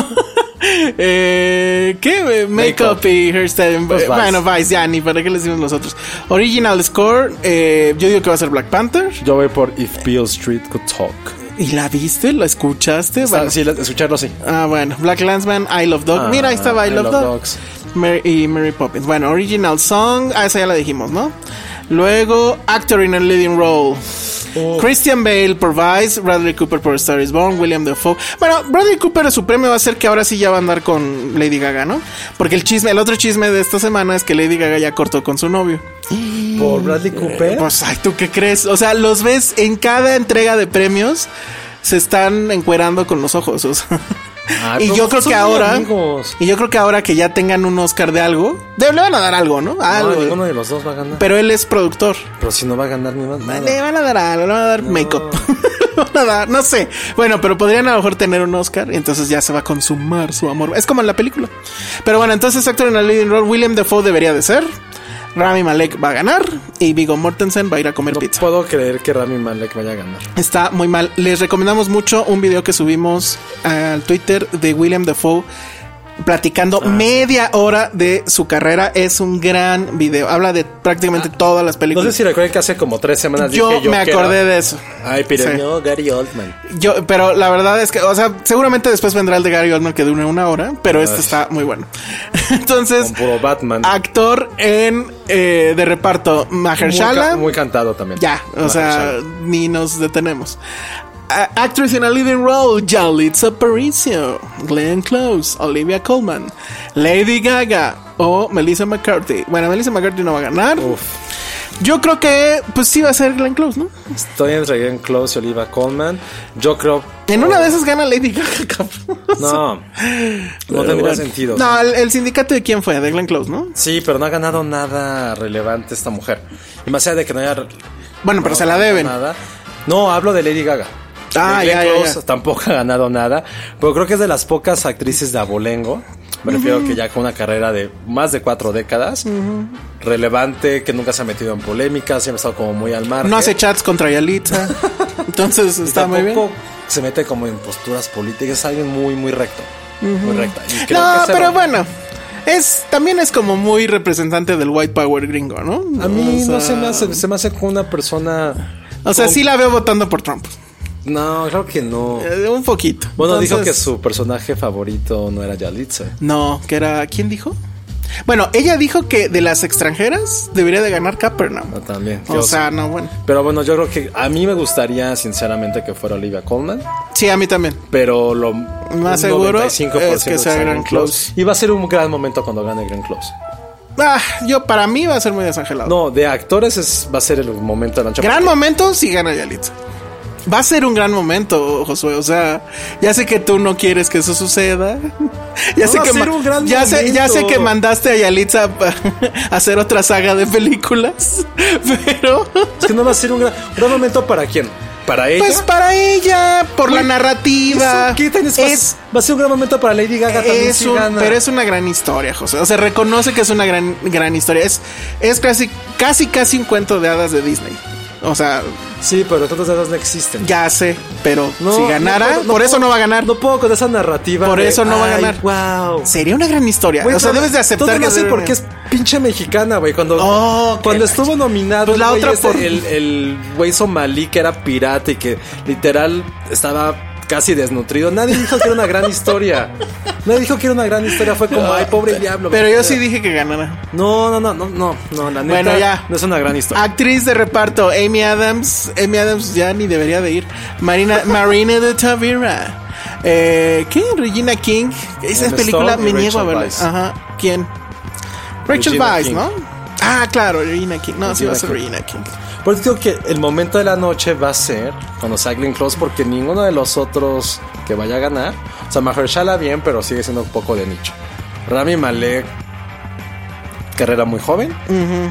[SPEAKER 5] Eh, ¿Qué? Eh, Makeup
[SPEAKER 4] Makeup.
[SPEAKER 5] y hairstyle.
[SPEAKER 4] Pues
[SPEAKER 5] Eh,
[SPEAKER 4] Vice.
[SPEAKER 5] bueno, Vice, ya, ni para qué le decimos los otros. Original score, eh, yo digo que va a ser Black Panther.
[SPEAKER 4] Yo voy por If Beale Street Could Talk.
[SPEAKER 5] ¿Y la viste? ¿La escuchaste?
[SPEAKER 4] Está-
[SPEAKER 5] Bueno.
[SPEAKER 4] sí, la- escucharlo sí. Ah,
[SPEAKER 5] Ah, bueno. Black Landsman, I Love Dog. Mira, ahí estaba Ah, I, Love, Dog.
[SPEAKER 4] Dogs.
[SPEAKER 5] Mary- y Mary Poppins. Bueno, Original Song, ah, esa ya la dijimos, ¿no? Luego, Actor in a Leading Role. Christian Bale por Vice, Bradley Cooper por Star is Born, William Defoe. Bueno, Bradley Cooper, su premio va a ser que ahora sí ya va a andar con Lady Gaga, ¿no? Porque el chisme, el otro chisme de esta semana es que Lady Gaga ya cortó con su novio.
[SPEAKER 4] Por Bradley Cooper.
[SPEAKER 5] Pues, ay, ¿tú qué crees? O sea, los ves en cada entrega de premios, se están encuerando con los ojos. o sea.
[SPEAKER 4] Ay,
[SPEAKER 5] y
[SPEAKER 4] pero
[SPEAKER 5] yo creo
[SPEAKER 4] Ah, son
[SPEAKER 5] que
[SPEAKER 4] muy
[SPEAKER 5] ahora.
[SPEAKER 4] amigos.
[SPEAKER 5] Y yo creo que ahora que ya tengan un Oscar de algo, de- le van a dar algo, ¿no? Algo.
[SPEAKER 4] No, Ah, ninguno de los dos va a ganar. Pero,
[SPEAKER 5] pero él es productor.
[SPEAKER 4] si no va a ganar ni más nada.
[SPEAKER 5] Le van a dar algo, le van a dar make-up. Le van a dar, no sé. Bueno, pero podrían a lo mejor tener un Oscar y entonces ya se va a consumar su amor. Es como en la película. Pero bueno, entonces actor en el leading role, William Defoe debería de ser. Rami Malek va a ganar y Vigo Mortensen va a ir a comer
[SPEAKER 4] No
[SPEAKER 5] pizza.
[SPEAKER 4] puedo creer que Rami Malek vaya a ganar.
[SPEAKER 5] Está muy mal. Les recomendamos mucho un video que subimos al Twitter de William Defoe
[SPEAKER 4] Ah,
[SPEAKER 5] platicando media hora de su carrera. Es un gran video. Habla de prácticamente todas las
[SPEAKER 4] Ah, No
[SPEAKER 5] películas.
[SPEAKER 4] sé si recuerden que hace como tres semanas
[SPEAKER 5] yo,
[SPEAKER 4] dije yo
[SPEAKER 5] me
[SPEAKER 4] que
[SPEAKER 5] acordé
[SPEAKER 4] era-
[SPEAKER 5] de eso.
[SPEAKER 4] Ay, pero
[SPEAKER 5] Sí.
[SPEAKER 4] no, Gary Oldman.
[SPEAKER 5] Yo, pero la verdad es que, o sea, seguramente después vendrá el de Gary Oldman que dure una hora, pero este está muy bueno. Entonces,
[SPEAKER 4] Con puro Batman.
[SPEAKER 5] actor en eh, de reparto
[SPEAKER 4] Muy,
[SPEAKER 5] Mahershala.
[SPEAKER 4] ca- muy cantado también.
[SPEAKER 5] Ya, o sea,
[SPEAKER 4] Mahershala.
[SPEAKER 5] ni nos detenemos. A- actress in a leading role, Yalitza Aparicio, Glenn Close, Olivia Colman, Lady Gaga o Melissa McCarthy. Bueno, Melissa McCarthy no va a ganar. Yo creo que, pues sí va a ser Glenn Close, ¿no?
[SPEAKER 4] Estoy entre Glenn Close y Oliva Coleman. Yo creo.
[SPEAKER 5] En una de esas gana Lady Gaga, cabrón.
[SPEAKER 4] No. no tendría sentido.
[SPEAKER 5] No, el, el sindicato de quién fue, de Glenn Close, ¿no?
[SPEAKER 4] Sí, pero no ha ganado nada relevante esta mujer. Y más allá de que no haya.
[SPEAKER 5] Bueno, pero se la deben.
[SPEAKER 4] Nada. No, hablo de Lady Gaga.
[SPEAKER 5] Ah,
[SPEAKER 4] De Glenn
[SPEAKER 5] ya, ya,
[SPEAKER 4] Close
[SPEAKER 5] ya.
[SPEAKER 4] Tampoco ha ganado nada. Pero creo que es de las pocas actrices de abolengo. Me refiero que ya con una carrera de más de cuatro décadas. Relevante, que nunca se ha metido en polémicas, siempre ha estado como muy al mar.
[SPEAKER 5] No hace chats contra Yalitza. Entonces está muy bien.
[SPEAKER 4] se mete como en posturas políticas. Es alguien muy, muy recto. Muy recta. Y creo
[SPEAKER 5] No,
[SPEAKER 4] que se
[SPEAKER 5] pero
[SPEAKER 4] lo-
[SPEAKER 5] bueno. Es, también es como muy representante del white power gringo, ¿no?
[SPEAKER 4] A mí
[SPEAKER 5] O
[SPEAKER 4] no
[SPEAKER 5] sea,
[SPEAKER 4] se me hace, se me hace como una persona.
[SPEAKER 5] O sea, sí la veo votando por Trump.
[SPEAKER 4] No, claro que no.
[SPEAKER 5] Eh, un poquito.
[SPEAKER 4] Bueno, dijo que
[SPEAKER 5] Entonces,
[SPEAKER 4] su personaje favorito no era Yalitza.
[SPEAKER 5] No, que era... ¿Quién dijo? Bueno, ella dijo que de las extranjeras debería de ganar Kaepernick.
[SPEAKER 4] No, también.
[SPEAKER 5] O
[SPEAKER 4] Yo-
[SPEAKER 5] sea, no, bueno.
[SPEAKER 4] Pero bueno, yo creo que a mí me gustaría sinceramente que fuera Olivia Colman,
[SPEAKER 5] Sí, a mí también.
[SPEAKER 4] pero lo
[SPEAKER 5] Más seguro es que sea Glenn
[SPEAKER 4] Gran
[SPEAKER 5] Close.
[SPEAKER 4] Y va a ser un gran momento cuando gane Gran Close.
[SPEAKER 5] Ah, yo para mí va a ser muy desangelado.
[SPEAKER 4] No, de actores es, va a ser el momento de la noche.
[SPEAKER 5] Gran momento si gana Yalitza. Va a ser un gran momento, Josué. O sea, ya sé que tú no quieres que eso suceda. Ya, sé,
[SPEAKER 4] va a
[SPEAKER 5] que
[SPEAKER 4] ser
[SPEAKER 5] ma-
[SPEAKER 4] un gran
[SPEAKER 5] ya, sé, ya sé
[SPEAKER 4] momento.
[SPEAKER 5] que mandaste a Yalitza pa- a hacer otra saga de películas. Pero,
[SPEAKER 4] Es que no va a ser un gran, gran momento para quién? Para ella.
[SPEAKER 5] pues para ella, por la
[SPEAKER 4] Güey,
[SPEAKER 5] narrativa.
[SPEAKER 4] ¿Eso qué tan es,
[SPEAKER 5] es,
[SPEAKER 4] va a ser un gran momento para Lady Gaga también
[SPEAKER 5] es
[SPEAKER 4] si
[SPEAKER 5] un-
[SPEAKER 4] gana.
[SPEAKER 5] pero es una gran historia, José. O sea, reconoce que es una gran, gran historia. Es, es casi, casi, casi un cuento de hadas de Disney. O sea,
[SPEAKER 4] Sí, pero todas esas no existen.
[SPEAKER 5] Ya sé, pero
[SPEAKER 4] No,
[SPEAKER 5] si
[SPEAKER 4] no
[SPEAKER 5] ganara,
[SPEAKER 4] puedo, no
[SPEAKER 5] por eso
[SPEAKER 4] puedo-
[SPEAKER 5] no va a ganar.
[SPEAKER 4] No puedo con esa narrativa.
[SPEAKER 5] Por eso no va a ganar.
[SPEAKER 4] Wow.
[SPEAKER 5] Sería una gran historia. o sea, debes de aceptar que
[SPEAKER 4] no sé
[SPEAKER 5] debe-
[SPEAKER 4] porque es pinche mexicana, güey. Cuando,
[SPEAKER 5] Oh, qué
[SPEAKER 4] cuando
[SPEAKER 5] la
[SPEAKER 4] estuvo nominado
[SPEAKER 5] Pues la
[SPEAKER 4] güey
[SPEAKER 5] otra
[SPEAKER 4] este,
[SPEAKER 5] por-
[SPEAKER 4] el el güey somalí que era pirata y que literal estaba casi desnutrido. Nadie dijo que era una gran historia. Nadie dijo que era una gran historia. Fue como, ay, pobre diablo.
[SPEAKER 5] Pero yo sí dije que ganara.
[SPEAKER 4] No, no, no, no, no, no, la neta.
[SPEAKER 5] Bueno, ya.
[SPEAKER 4] No es una gran historia.
[SPEAKER 5] Actriz de reparto, Amy Adams. Amy Adams ya ni debería de ir. Marina, Marina de Tavira. Eh, ¿Qué? Regina King. Esa
[SPEAKER 4] Emma
[SPEAKER 5] película
[SPEAKER 4] Stone y
[SPEAKER 5] me niego a
[SPEAKER 4] Rachel
[SPEAKER 5] verla.
[SPEAKER 4] Weisz.
[SPEAKER 5] Ajá. ¿Quién? Rachel
[SPEAKER 4] Regina
[SPEAKER 5] Weisz,
[SPEAKER 4] King.
[SPEAKER 5] ¿no? Ah, claro, Regina King. No, sí va a ser
[SPEAKER 4] Regina
[SPEAKER 5] Regina King.
[SPEAKER 4] Por eso digo que el momento de la noche va a ser cuando sea Glenn Close, porque ninguno de los otros que vaya a ganar. O sea, Mahershala bien, pero sigue siendo un poco de nicho. Rami Malek. carrera muy joven.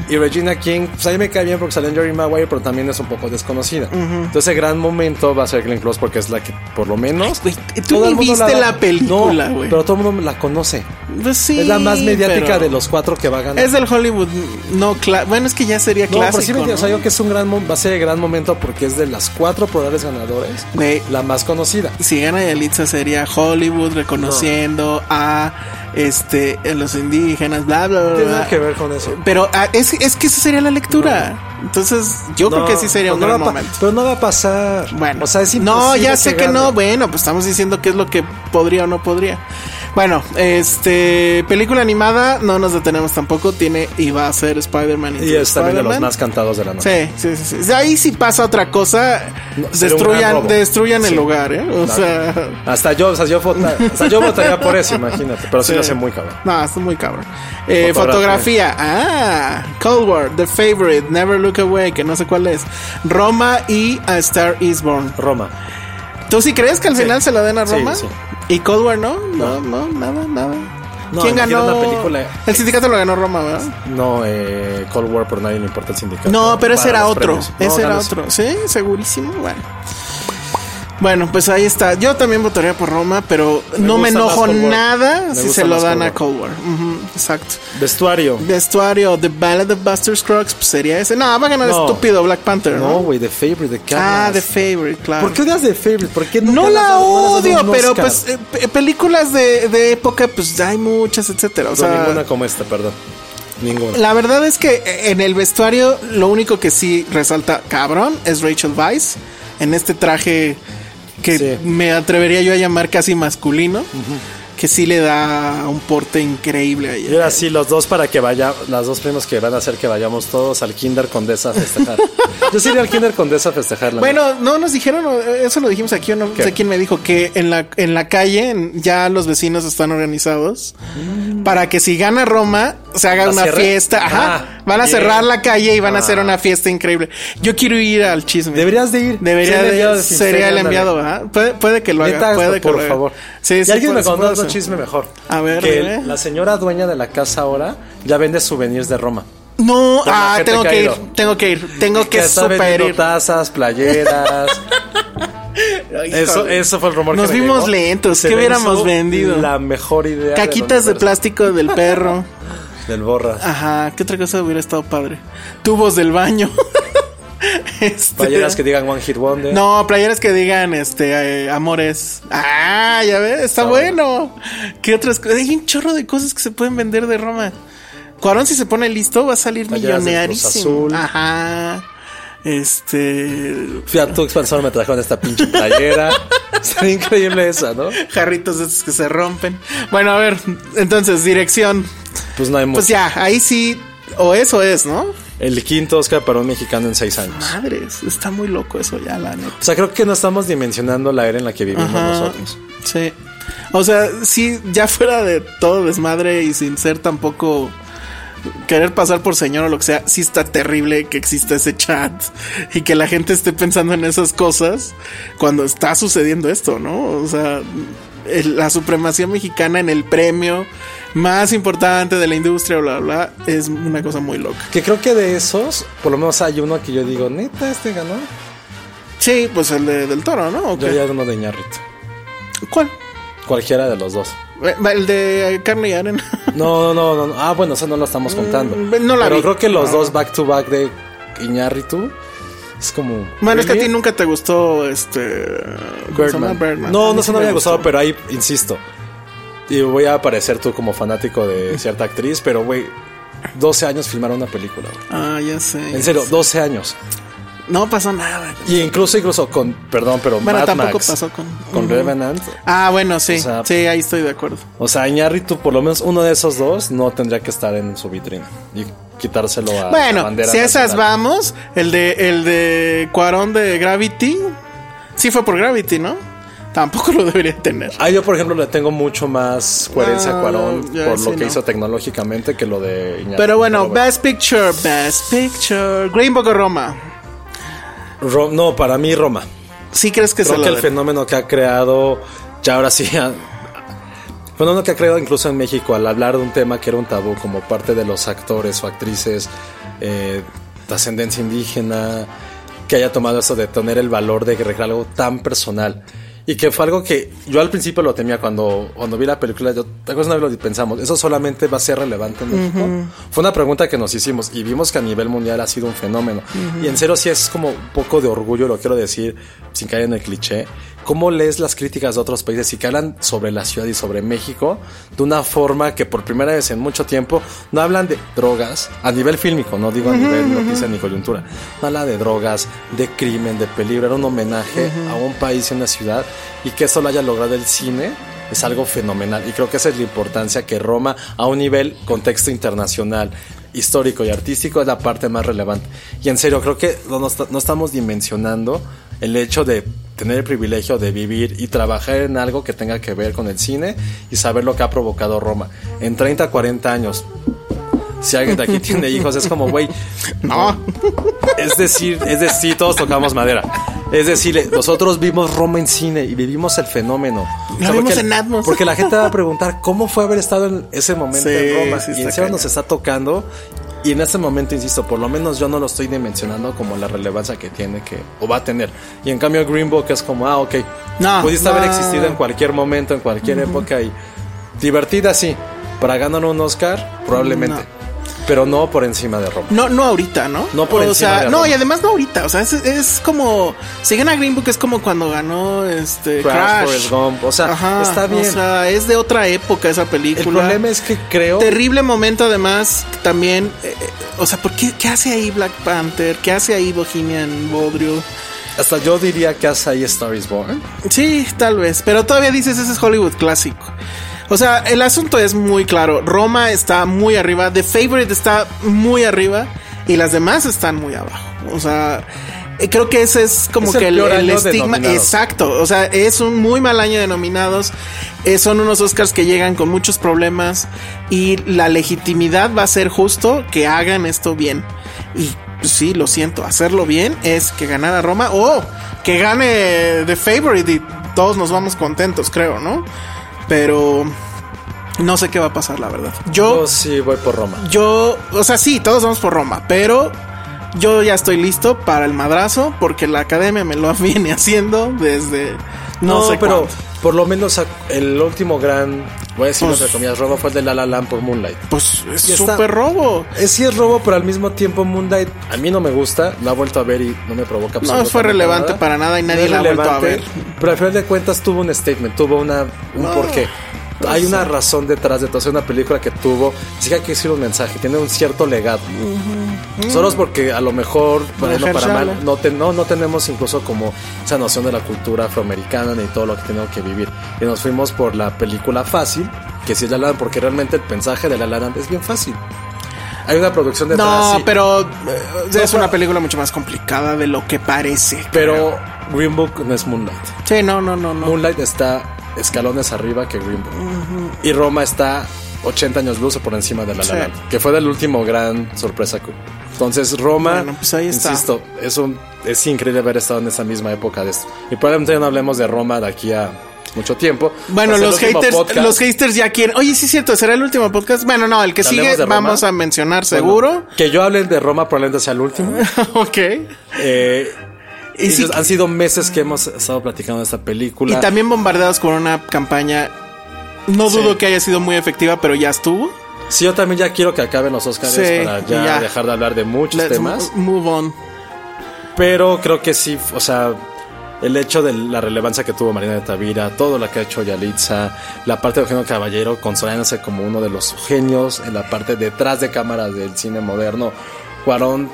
[SPEAKER 4] Y Regina King, pues a mí me cae bien porque salió en Jerry Maguire, pero también es un poco desconocida. Entonces, ese gran momento va a ser Glenn Close porque es la que, por lo menos.
[SPEAKER 5] Güey, tú
[SPEAKER 4] todo
[SPEAKER 5] ni
[SPEAKER 4] el mundo
[SPEAKER 5] viste la película,
[SPEAKER 4] No,
[SPEAKER 5] güey.
[SPEAKER 4] Pero todo el mundo la conoce.
[SPEAKER 5] Pues sí,
[SPEAKER 4] es la más mediática
[SPEAKER 5] pero-
[SPEAKER 4] de los cuatro que va a ganar.
[SPEAKER 5] Es del Hollywood no cla- Bueno, es que ya sería
[SPEAKER 4] No,
[SPEAKER 5] clásico.
[SPEAKER 4] pero sí me entiendes,
[SPEAKER 5] ¿no?
[SPEAKER 4] o sea, yo creo que es un gran, mom- va a ser el gran momento porque es de las cuatro probables ganadores,
[SPEAKER 5] Güey,
[SPEAKER 4] la más conocida.
[SPEAKER 5] si gana Yalitza sería Hollywood reconociendo a este a los indígenas, bla bla bla.
[SPEAKER 4] No tiene
[SPEAKER 5] bla.
[SPEAKER 4] nada que ver con eso.
[SPEAKER 5] Pero ah, es, es que esa sería la lectura. Entonces, yo creo que sí sería un
[SPEAKER 4] pero no
[SPEAKER 5] gran
[SPEAKER 4] va a pa-
[SPEAKER 5] momento.
[SPEAKER 4] Pero no va a pasar.
[SPEAKER 5] Bueno,
[SPEAKER 4] o sea, es
[SPEAKER 5] no,
[SPEAKER 4] imposible
[SPEAKER 5] ya sé que,
[SPEAKER 4] gane.
[SPEAKER 5] no. Bueno, pues estamos diciendo qué es lo que podría o no podría. Bueno, este película animada no nos detenemos tampoco. Tiene y va a ser Spider-Man.
[SPEAKER 4] Y
[SPEAKER 5] Into
[SPEAKER 4] es también de los
[SPEAKER 5] Spider-Man.
[SPEAKER 4] más cantados de la noche.
[SPEAKER 5] Sí, sí, sí, sí. De Ahí si pasa otra cosa,
[SPEAKER 4] No, sería un gran
[SPEAKER 5] destruyan,
[SPEAKER 4] robo.
[SPEAKER 5] destruyan
[SPEAKER 4] Sí.
[SPEAKER 5] el hogar, ¿eh? O
[SPEAKER 4] Claro.
[SPEAKER 5] sea,
[SPEAKER 4] Hasta yo, o sea, yo, vota- hasta yo votaría por eso, imagínate. Pero sí, lo hace muy cabrón.
[SPEAKER 5] No, está muy cabrón. Eh,
[SPEAKER 4] Fotografía.
[SPEAKER 5] fotografía. Ah, Cold War, The Favorite, Never Look Away, que no sé cuál es. Roma y A Star Is Born.
[SPEAKER 4] Roma.
[SPEAKER 5] ¿Tú sí crees que al
[SPEAKER 4] Sí.
[SPEAKER 5] final se la den a
[SPEAKER 4] Sí,
[SPEAKER 5] Roma?
[SPEAKER 4] sí.
[SPEAKER 5] ¿Y Cold War no? No, no, nada, nada.
[SPEAKER 4] No,
[SPEAKER 5] ¿Quién
[SPEAKER 4] ni siquiera
[SPEAKER 5] ganó?
[SPEAKER 4] una película.
[SPEAKER 5] El sindicato lo ganó Roma, ¿verdad?
[SPEAKER 4] No, eh, Cold War, por nadie le importa el sindicato.
[SPEAKER 5] No, pero ese
[SPEAKER 4] Para
[SPEAKER 5] era
[SPEAKER 4] los
[SPEAKER 5] otro.
[SPEAKER 4] premios. No,
[SPEAKER 5] Ese era
[SPEAKER 4] ganas.
[SPEAKER 5] otro. Sí, segurísimo. Bueno. Bueno, pues ahí está. Yo también votaría por Roma, pero no me
[SPEAKER 4] gusta más
[SPEAKER 5] enojo
[SPEAKER 4] Cold War.
[SPEAKER 5] nada
[SPEAKER 4] Me
[SPEAKER 5] si
[SPEAKER 4] gusta
[SPEAKER 5] se lo
[SPEAKER 4] más
[SPEAKER 5] dan
[SPEAKER 4] Cold
[SPEAKER 5] a
[SPEAKER 4] War.
[SPEAKER 5] Cold War. Ujú, exacto.
[SPEAKER 4] Vestuario.
[SPEAKER 5] Vestuario, The Ballad of Buster Scruggs, pues sería ese. No, va a ganar
[SPEAKER 4] No.
[SPEAKER 5] estúpido Black Panther.
[SPEAKER 4] No,
[SPEAKER 5] No,
[SPEAKER 4] güey, The Favorite, de qué
[SPEAKER 5] Ah,
[SPEAKER 4] hablas?
[SPEAKER 5] The Favorite, claro.
[SPEAKER 4] ¿Por qué odias The Favorite? ¿Por qué nunca le
[SPEAKER 5] No
[SPEAKER 4] has
[SPEAKER 5] la
[SPEAKER 4] dado- no le has
[SPEAKER 5] odio,
[SPEAKER 4] dado un
[SPEAKER 5] pero
[SPEAKER 4] Oscar?
[SPEAKER 5] pues eh, pe- películas de, de época, pues hay muchas, etcétera. O
[SPEAKER 4] No,
[SPEAKER 5] sea,
[SPEAKER 4] ninguna como esta, perdón. Ninguna.
[SPEAKER 5] La verdad es que eh, en el vestuario lo único que sí resalta cabrón es Rachel Weisz en este traje que
[SPEAKER 4] Sí.
[SPEAKER 5] me atrevería yo a llamar casi masculino, que sí le da un porte increíble a
[SPEAKER 4] Y
[SPEAKER 5] ella.
[SPEAKER 4] ahora sí, los dos para que vaya, las dos primas que van a hacer que vayamos todos al Kinder Condesa a festejar. Yo sí iría al Kinder Condesa a festejar. la
[SPEAKER 5] Bueno, no nos dijeron, o- eh, eso lo dijimos aquí, o no
[SPEAKER 4] ¿Qué?
[SPEAKER 5] sé quién me dijo que en la en la calle en- ya los vecinos están organizados para que si gana Roma se haga
[SPEAKER 4] Mm. ¿La
[SPEAKER 5] una
[SPEAKER 4] cierre?
[SPEAKER 5] fiesta, ajá,
[SPEAKER 4] Ah,
[SPEAKER 5] van a
[SPEAKER 4] bien.
[SPEAKER 5] cerrar la calle y van a hacer
[SPEAKER 4] Ah.
[SPEAKER 5] una fiesta increíble. Yo quiero ir al chisme.
[SPEAKER 4] Deberías de ir.
[SPEAKER 5] Debería
[SPEAKER 4] Ser el
[SPEAKER 5] de-
[SPEAKER 4] enviado de
[SPEAKER 5] sería el
[SPEAKER 4] Filmsteria,
[SPEAKER 5] enviado,
[SPEAKER 4] ándale.
[SPEAKER 5] ¿verdad? Puede, puede que lo haga.
[SPEAKER 4] Neta,
[SPEAKER 5] puede
[SPEAKER 4] esto,
[SPEAKER 5] que
[SPEAKER 4] por
[SPEAKER 5] lo haga.
[SPEAKER 4] favor.
[SPEAKER 5] Sí,
[SPEAKER 4] Y
[SPEAKER 5] sí,
[SPEAKER 4] alguien
[SPEAKER 5] por
[SPEAKER 4] me contó
[SPEAKER 5] supuesto.
[SPEAKER 4] otro chisme mejor.
[SPEAKER 5] A ver,
[SPEAKER 4] Que
[SPEAKER 5] dime.
[SPEAKER 4] la señora dueña de la casa ahora ya vende souvenirs de Roma.
[SPEAKER 5] No,
[SPEAKER 4] Con la
[SPEAKER 5] ah,
[SPEAKER 4] gente
[SPEAKER 5] tengo
[SPEAKER 4] que ha
[SPEAKER 5] que ir,
[SPEAKER 4] ido.
[SPEAKER 5] tengo que ir, tengo que
[SPEAKER 4] está
[SPEAKER 5] super
[SPEAKER 4] vendiendo
[SPEAKER 5] ir.
[SPEAKER 4] tazas, playeras. eso, eso fue el rumor
[SPEAKER 5] Nos
[SPEAKER 4] que me
[SPEAKER 5] vimos
[SPEAKER 4] llegó.
[SPEAKER 5] lentos,
[SPEAKER 4] Se
[SPEAKER 5] ¿qué
[SPEAKER 4] me
[SPEAKER 5] hubiéramos
[SPEAKER 4] hizo
[SPEAKER 5] vendido?
[SPEAKER 4] La mejor idea.
[SPEAKER 5] Caquitas de
[SPEAKER 4] del universo.
[SPEAKER 5] plástico del perro.
[SPEAKER 4] Del borra.
[SPEAKER 5] Ajá, ¿qué otra cosa hubiera estado padre? Tubos del baño. Este-
[SPEAKER 4] Playeras que digan One Hit Wonder.
[SPEAKER 5] No, playeras que digan, este, eh, amores. Ah, ya ves, está bueno. ¿Qué otras cosas? Hay un chorro de cosas que se pueden vender de Roma. Cuarón, si se pone listo, va a salir
[SPEAKER 4] Playeras del Cruz
[SPEAKER 5] millonarísimo.
[SPEAKER 4] Azul.
[SPEAKER 5] Ajá. Este.
[SPEAKER 4] Fui a tu expansor, me trajeron esta pinche playera. Sería increíble esa, ¿no?
[SPEAKER 5] Jarritos de esos que se rompen. Bueno, a ver, entonces, dirección.
[SPEAKER 4] Pues no hay mucho.
[SPEAKER 5] Pues ya, ahí sí, o eso es, ¿no?
[SPEAKER 4] El quinto Oscar para un mexicano en seis años.
[SPEAKER 5] Madres, está muy loco eso ya, la neta.
[SPEAKER 4] O sea, creo que no estamos dimensionando la era en la que vivimos nosotros.
[SPEAKER 5] Sí. O sea, sí, ya fuera de todo desmadre y sin ser tampoco querer pasar por señor o lo que sea, sí está terrible que exista ese chat y que la gente esté pensando en esas cosas cuando está sucediendo esto, ¿no? O sea, el- la supremacía mexicana en el premio más importante de la industria, bla, bla, bla, es una cosa muy loca.
[SPEAKER 4] Que creo que de esos, por lo menos hay uno que yo digo, neta, este ganó.
[SPEAKER 5] Sí, pues el de- del toro, ¿no? ¿O
[SPEAKER 4] Yo
[SPEAKER 5] qué?
[SPEAKER 4] ya uno de Ñarrito.
[SPEAKER 5] ¿Cuál?
[SPEAKER 4] Cualquiera de los dos.
[SPEAKER 5] Eh, El de carne y arena.
[SPEAKER 4] No, no, no, no. Ah, bueno, eso no lo estamos contando.
[SPEAKER 5] Mm, no la
[SPEAKER 4] Pero
[SPEAKER 5] vi.
[SPEAKER 4] creo que los dos back to back de Iñarritu es como.
[SPEAKER 5] Bueno, es que a
[SPEAKER 4] ¿Really?
[SPEAKER 5] ti nunca te gustó este. ¿cómo se llama?
[SPEAKER 4] Birdman.
[SPEAKER 5] Birdman. A
[SPEAKER 4] No,
[SPEAKER 5] mí
[SPEAKER 4] no
[SPEAKER 5] sí
[SPEAKER 4] se me había
[SPEAKER 5] gustó.
[SPEAKER 4] gustado, pero ahí insisto. Y voy a aparecer tú como fanático de cierta actriz, pero güey, 12 años filmaron una película. güey.
[SPEAKER 5] Ah, ya sé.
[SPEAKER 4] En serio, 12 años.
[SPEAKER 5] No pasó nada.
[SPEAKER 4] Y incluso, incluso con, perdón, pero
[SPEAKER 5] Bueno,
[SPEAKER 4] Mad
[SPEAKER 5] tampoco
[SPEAKER 4] Max,
[SPEAKER 5] pasó con-
[SPEAKER 4] con
[SPEAKER 5] Ujú.
[SPEAKER 4] Revenant.
[SPEAKER 5] Ah, bueno, sí.
[SPEAKER 4] O sea-
[SPEAKER 5] sí, ahí estoy de acuerdo.
[SPEAKER 4] O sea, Iñárritu, por lo menos uno de esos dos, no tendría que estar en su vitrina y quitárselo a la
[SPEAKER 5] bueno,
[SPEAKER 4] bandera.
[SPEAKER 5] si a esas
[SPEAKER 4] nacional.
[SPEAKER 5] vamos, el de, el de Cuarón de Gravity. Sí fue por Gravity, ¿no? Tampoco lo debería tener.
[SPEAKER 4] Ah, yo, por ejemplo, le tengo mucho más coherencia
[SPEAKER 5] No,
[SPEAKER 4] a Cuarón
[SPEAKER 5] Ah, ya,
[SPEAKER 4] por
[SPEAKER 5] sí,
[SPEAKER 4] lo que
[SPEAKER 5] no.
[SPEAKER 4] hizo tecnológicamente que lo de Iñárritu.
[SPEAKER 5] Pero bueno, Best Picture, Best Picture. Green Book o Roma.
[SPEAKER 4] Ro- no, para mí Roma.
[SPEAKER 5] ¿Sí crees que
[SPEAKER 4] Creo que
[SPEAKER 5] se lo
[SPEAKER 4] Este el
[SPEAKER 5] den?
[SPEAKER 4] fenómeno que ha creado, ya ahora sí, a- Bueno, uno que ha creado incluso en México al hablar de un tema que era un tabú como parte de los actores o actrices eh, de ascendencia indígena, que haya tomado eso de tener el valor de crear algo tan personal. Y que fue algo que yo al principio lo temía cuando, cuando vi la película. Yo, ¿Te acuerdas una vez lo pensamos? ¿Eso solamente va a ser relevante en México? Fue una pregunta que nos hicimos y vimos que a nivel mundial ha sido un fenómeno. Y en serio, sí es como un poco de orgullo, lo quiero decir, sin caer en el cliché. ¿Cómo lees las críticas de otros países y que hablan sobre la ciudad y sobre México de una forma que por primera vez en mucho tiempo no hablan de drogas a nivel fílmico? No digo a nivel noticia ni coyuntura. No habla de drogas, de crimen, de peligro. Era un homenaje a un país y una ciudad y que eso lo haya logrado el cine es algo fenomenal y creo que esa es la importancia que Roma a un nivel contexto internacional histórico y artístico es la parte más relevante y en serio creo que no, nos- no estamos dimensionando el hecho de tener el privilegio de vivir y trabajar en algo que tenga que ver con el cine y saber lo que ha provocado Roma en 30, 40 años si alguien de aquí tiene hijos es como güey
[SPEAKER 5] No.
[SPEAKER 4] es decir, es decir, todos tocamos madera. Es decir, nosotros vimos Roma en cine y vivimos el fenómeno.
[SPEAKER 5] Lo vimos
[SPEAKER 4] porque,
[SPEAKER 5] en Atmos.
[SPEAKER 4] Porque la gente va a preguntar cómo fue haber estado en ese momento
[SPEAKER 5] Sí,
[SPEAKER 4] en Roma.
[SPEAKER 5] sí
[SPEAKER 4] y en
[SPEAKER 5] está
[SPEAKER 4] serio nos
[SPEAKER 5] cañón.
[SPEAKER 4] está tocando. Y en ese momento, insisto, por lo menos yo no lo estoy dimensionando como la relevancia que tiene que, o va a tener. Y en cambio Green Book es como, ah, ok.
[SPEAKER 5] No,
[SPEAKER 4] pudiste
[SPEAKER 5] no.
[SPEAKER 4] haber existido en cualquier momento, en cualquier época y divertida sí. Para ganar un Oscar, probablemente. Pero no por encima de Roma.
[SPEAKER 5] No, no ahorita, ¿no?
[SPEAKER 4] No por
[SPEAKER 5] O
[SPEAKER 4] encima
[SPEAKER 5] sea,
[SPEAKER 4] de
[SPEAKER 5] no,
[SPEAKER 4] Roma.
[SPEAKER 5] y además no ahorita. O sea, es, es como. Si gana Green Book es como cuando ganó este
[SPEAKER 4] Crash,
[SPEAKER 5] Crash.
[SPEAKER 4] Forrest Gump, o sea, está bien.
[SPEAKER 5] O sea, es de otra época esa
[SPEAKER 4] El
[SPEAKER 5] película.
[SPEAKER 4] problema es que creo.
[SPEAKER 5] Terrible momento además también, eh, eh, o sea, ¿por qué, qué hace ahí Black Panther? ¿Qué hace ahí Bohemian Bodrio?
[SPEAKER 4] Hasta yo diría que hace ahí Star is Born.
[SPEAKER 5] Sí, tal vez, pero todavía dices ese es Hollywood clásico. O sea, el asunto es muy claro. Roma está muy arriba, The Favorite está muy arriba y las demás están muy abajo. O sea, eh, creo que ese es como
[SPEAKER 4] Es el
[SPEAKER 5] que el,
[SPEAKER 4] peor
[SPEAKER 5] el
[SPEAKER 4] año de
[SPEAKER 5] estigma.
[SPEAKER 4] nominados.
[SPEAKER 5] Exacto. O sea, es un muy mal año de nominados. Eh, son unos Oscars que llegan con muchos problemas y la legitimidad va a ser justo que hagan esto bien. Y pues, sí, lo siento, hacerlo bien es que ganara Roma o que gane The Favorite y todos nos vamos contentos, creo, ¿no? Pero no sé qué va a pasar, la verdad. Yo
[SPEAKER 4] Yo sí voy por Roma.
[SPEAKER 5] yo, o sea, sí, todos vamos por Roma, pero yo ya estoy listo para el madrazo porque la academia me lo viene haciendo desde no, sé
[SPEAKER 4] pero
[SPEAKER 5] pero
[SPEAKER 4] por lo menos a- el último gran, voy a decir
[SPEAKER 5] Pues-
[SPEAKER 4] entre comillas, robo fue el de La La Land por Moonlight.
[SPEAKER 5] pues es
[SPEAKER 4] Y está-
[SPEAKER 5] súper robo.
[SPEAKER 4] Es sí es robo, pero al mismo tiempo Moonlight a mí no me gusta, la he vuelto a ver y no me provoca absolutamente
[SPEAKER 5] fue relevante
[SPEAKER 4] nada.
[SPEAKER 5] para nada y nadie
[SPEAKER 4] es
[SPEAKER 5] la ha vuelto a
[SPEAKER 4] relevante,
[SPEAKER 5] ver.
[SPEAKER 4] Pero al final de cuentas tuvo un statement, tuvo una, un
[SPEAKER 5] No,
[SPEAKER 4] porqué. Hay una razón detrás de todo, es una película que tuvo, sí que hay que decir un mensaje, tiene un cierto legado. Solo
[SPEAKER 5] Mm.
[SPEAKER 4] es porque a lo mejor, para bien o para
[SPEAKER 5] Dejar
[SPEAKER 4] mal,
[SPEAKER 5] sala.
[SPEAKER 4] no, te- no, no tenemos incluso como esa noción de la cultura afroamericana ni todo lo que tenemos que vivir. Y nos fuimos por la película fácil, que sí es La La Land, porque realmente el mensaje de La La Land es bien fácil. Hay una producción detrás.
[SPEAKER 5] No,
[SPEAKER 4] sí,
[SPEAKER 5] pero eh, es una película mucho más complicada de lo que parece.
[SPEAKER 4] Pero Green Book no es Moonlight.
[SPEAKER 5] Sí, no, no, no, no.
[SPEAKER 4] Moonlight está escalones arriba que Green Book. Y Roma está 80 años luz o por encima de la
[SPEAKER 5] Sí.
[SPEAKER 4] La Land, que fue del último gran sorpresa. que- Entonces Roma,
[SPEAKER 5] Bueno, pues ahí está.
[SPEAKER 4] insisto, es, un, es increíble haber estado en esa misma época de esto. Y probablemente ya no hablemos de Roma de aquí a mucho tiempo.
[SPEAKER 5] Bueno,
[SPEAKER 4] O sea, pues, el
[SPEAKER 5] los
[SPEAKER 4] último
[SPEAKER 5] haters,
[SPEAKER 4] podcast-
[SPEAKER 5] los haters ya quieren. Oye, sí es cierto, será el último podcast. Bueno, no, el que
[SPEAKER 4] ¿Hablemos
[SPEAKER 5] sigue
[SPEAKER 4] de Roma?
[SPEAKER 5] vamos a mencionar
[SPEAKER 4] Bueno,
[SPEAKER 5] seguro.
[SPEAKER 4] que yo hable de Roma probablemente sea el último.
[SPEAKER 5] ok.
[SPEAKER 4] Eh,
[SPEAKER 5] Y sí-
[SPEAKER 4] ellos- han sido meses que hemos estado platicando de esta película.
[SPEAKER 5] Y también bombardeados con una campaña. No
[SPEAKER 4] Sí.
[SPEAKER 5] dudo que haya sido muy efectiva, pero ya estuvo.
[SPEAKER 4] Sí, yo también ya quiero que acaben los Oscars
[SPEAKER 5] Sí,
[SPEAKER 4] para ya,
[SPEAKER 5] ya.
[SPEAKER 4] dejar de hablar de muchos
[SPEAKER 5] Let's
[SPEAKER 4] temas.
[SPEAKER 5] mo- move on.
[SPEAKER 4] Pero creo que sí, o sea, el hecho de la relevancia que tuvo Marina de Tavira, todo lo que ha hecho Yalitza, la parte de Eugenio Caballero consolidándose como uno de los genios en la parte detrás de cámaras del cine moderno, Cuarón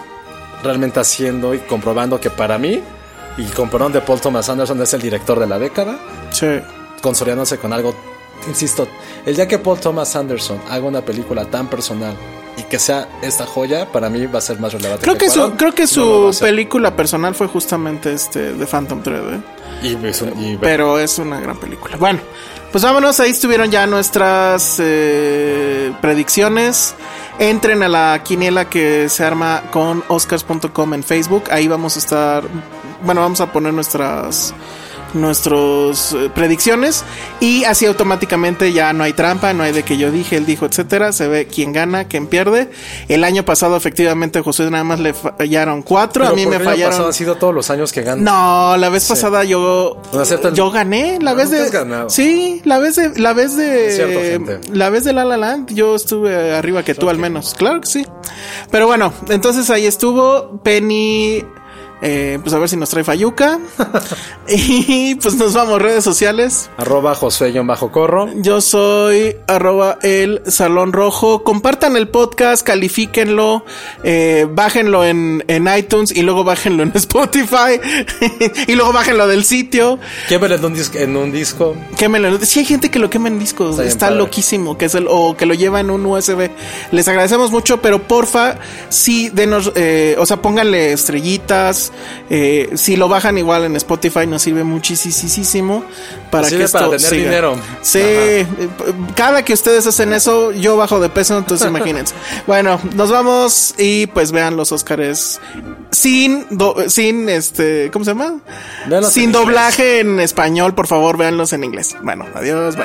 [SPEAKER 4] realmente haciendo y comprobando que para mí, y con perdón de Paul Thomas Anderson, es el director de la década,
[SPEAKER 5] Sí.
[SPEAKER 4] consolidándose con algo, insisto, el día que Paul Thomas Anderson haga una película tan personal y que sea esta joya, para mí va a ser más relevante.
[SPEAKER 5] Creo que su,
[SPEAKER 4] Cuarón.
[SPEAKER 5] creo que su
[SPEAKER 4] No lo va a hacer.
[SPEAKER 5] película personal fue justamente este de Phantom Thread, ¿eh?
[SPEAKER 4] Y es un- y-
[SPEAKER 5] pero es una gran película. Bueno, pues vámonos, ahí estuvieron ya nuestras eh, predicciones. Entren a la quiniela que se arma con oscars.com en Facebook, ahí vamos a estar, bueno, vamos a poner nuestras nuestros eh, predicciones y así automáticamente ya no hay trampa, no hay de que yo dije, él dijo, etcétera, se ve quién gana, quién pierde. El año pasado efectivamente José nada más le fallaron cuatro, a mí me
[SPEAKER 4] Han
[SPEAKER 5] fallaron.
[SPEAKER 4] sido todos los años que ganan.
[SPEAKER 5] No, la vez pasada yo
[SPEAKER 4] No aceptan-
[SPEAKER 5] yo gané la
[SPEAKER 4] No,
[SPEAKER 5] vez
[SPEAKER 4] nunca
[SPEAKER 5] de
[SPEAKER 4] has ganado.
[SPEAKER 5] sí la vez de la vez de
[SPEAKER 4] Es cierto, gente.
[SPEAKER 5] la vez de La La Land yo estuve arriba que tú al menos claro que sí pero bueno entonces ahí estuvo Penny eh, pues a ver si nos trae Fayuca y pues nos vamos redes sociales
[SPEAKER 4] Arroba José-Corro.
[SPEAKER 5] yo soy arroba el salón rojo. Compartan el podcast, califíquenlo, eh, bájenlo en, en iTunes y luego bájenlo en Spotify y luego bájenlo del sitio.
[SPEAKER 4] Quémelo en un, disco, en un disco.
[SPEAKER 5] Quémenlo. Si hay gente que lo quema en discos,
[SPEAKER 4] Está
[SPEAKER 5] está,
[SPEAKER 4] bien padre.
[SPEAKER 5] loquísimo, que es el, o que lo lleva en un USB. Les agradecemos mucho, pero porfa, sí denos, eh, o sea, pónganle estrellitas, eh, si lo bajan igual en Spotify, nos sirve muchísimo para
[SPEAKER 4] Sirve
[SPEAKER 5] que esto
[SPEAKER 4] para tener
[SPEAKER 5] siga.
[SPEAKER 4] dinero.
[SPEAKER 5] Sí, eh, cada que ustedes hacen eso, yo bajo de peso, entonces imagínense. Bueno, nos vamos y pues vean los Óscares sin, do- sin este, ¿cómo se llama?
[SPEAKER 4] Véanlos en
[SPEAKER 5] sin
[SPEAKER 4] inglés.
[SPEAKER 5] doblaje en español, por favor, véanlos en inglés. Bueno, adiós, bye.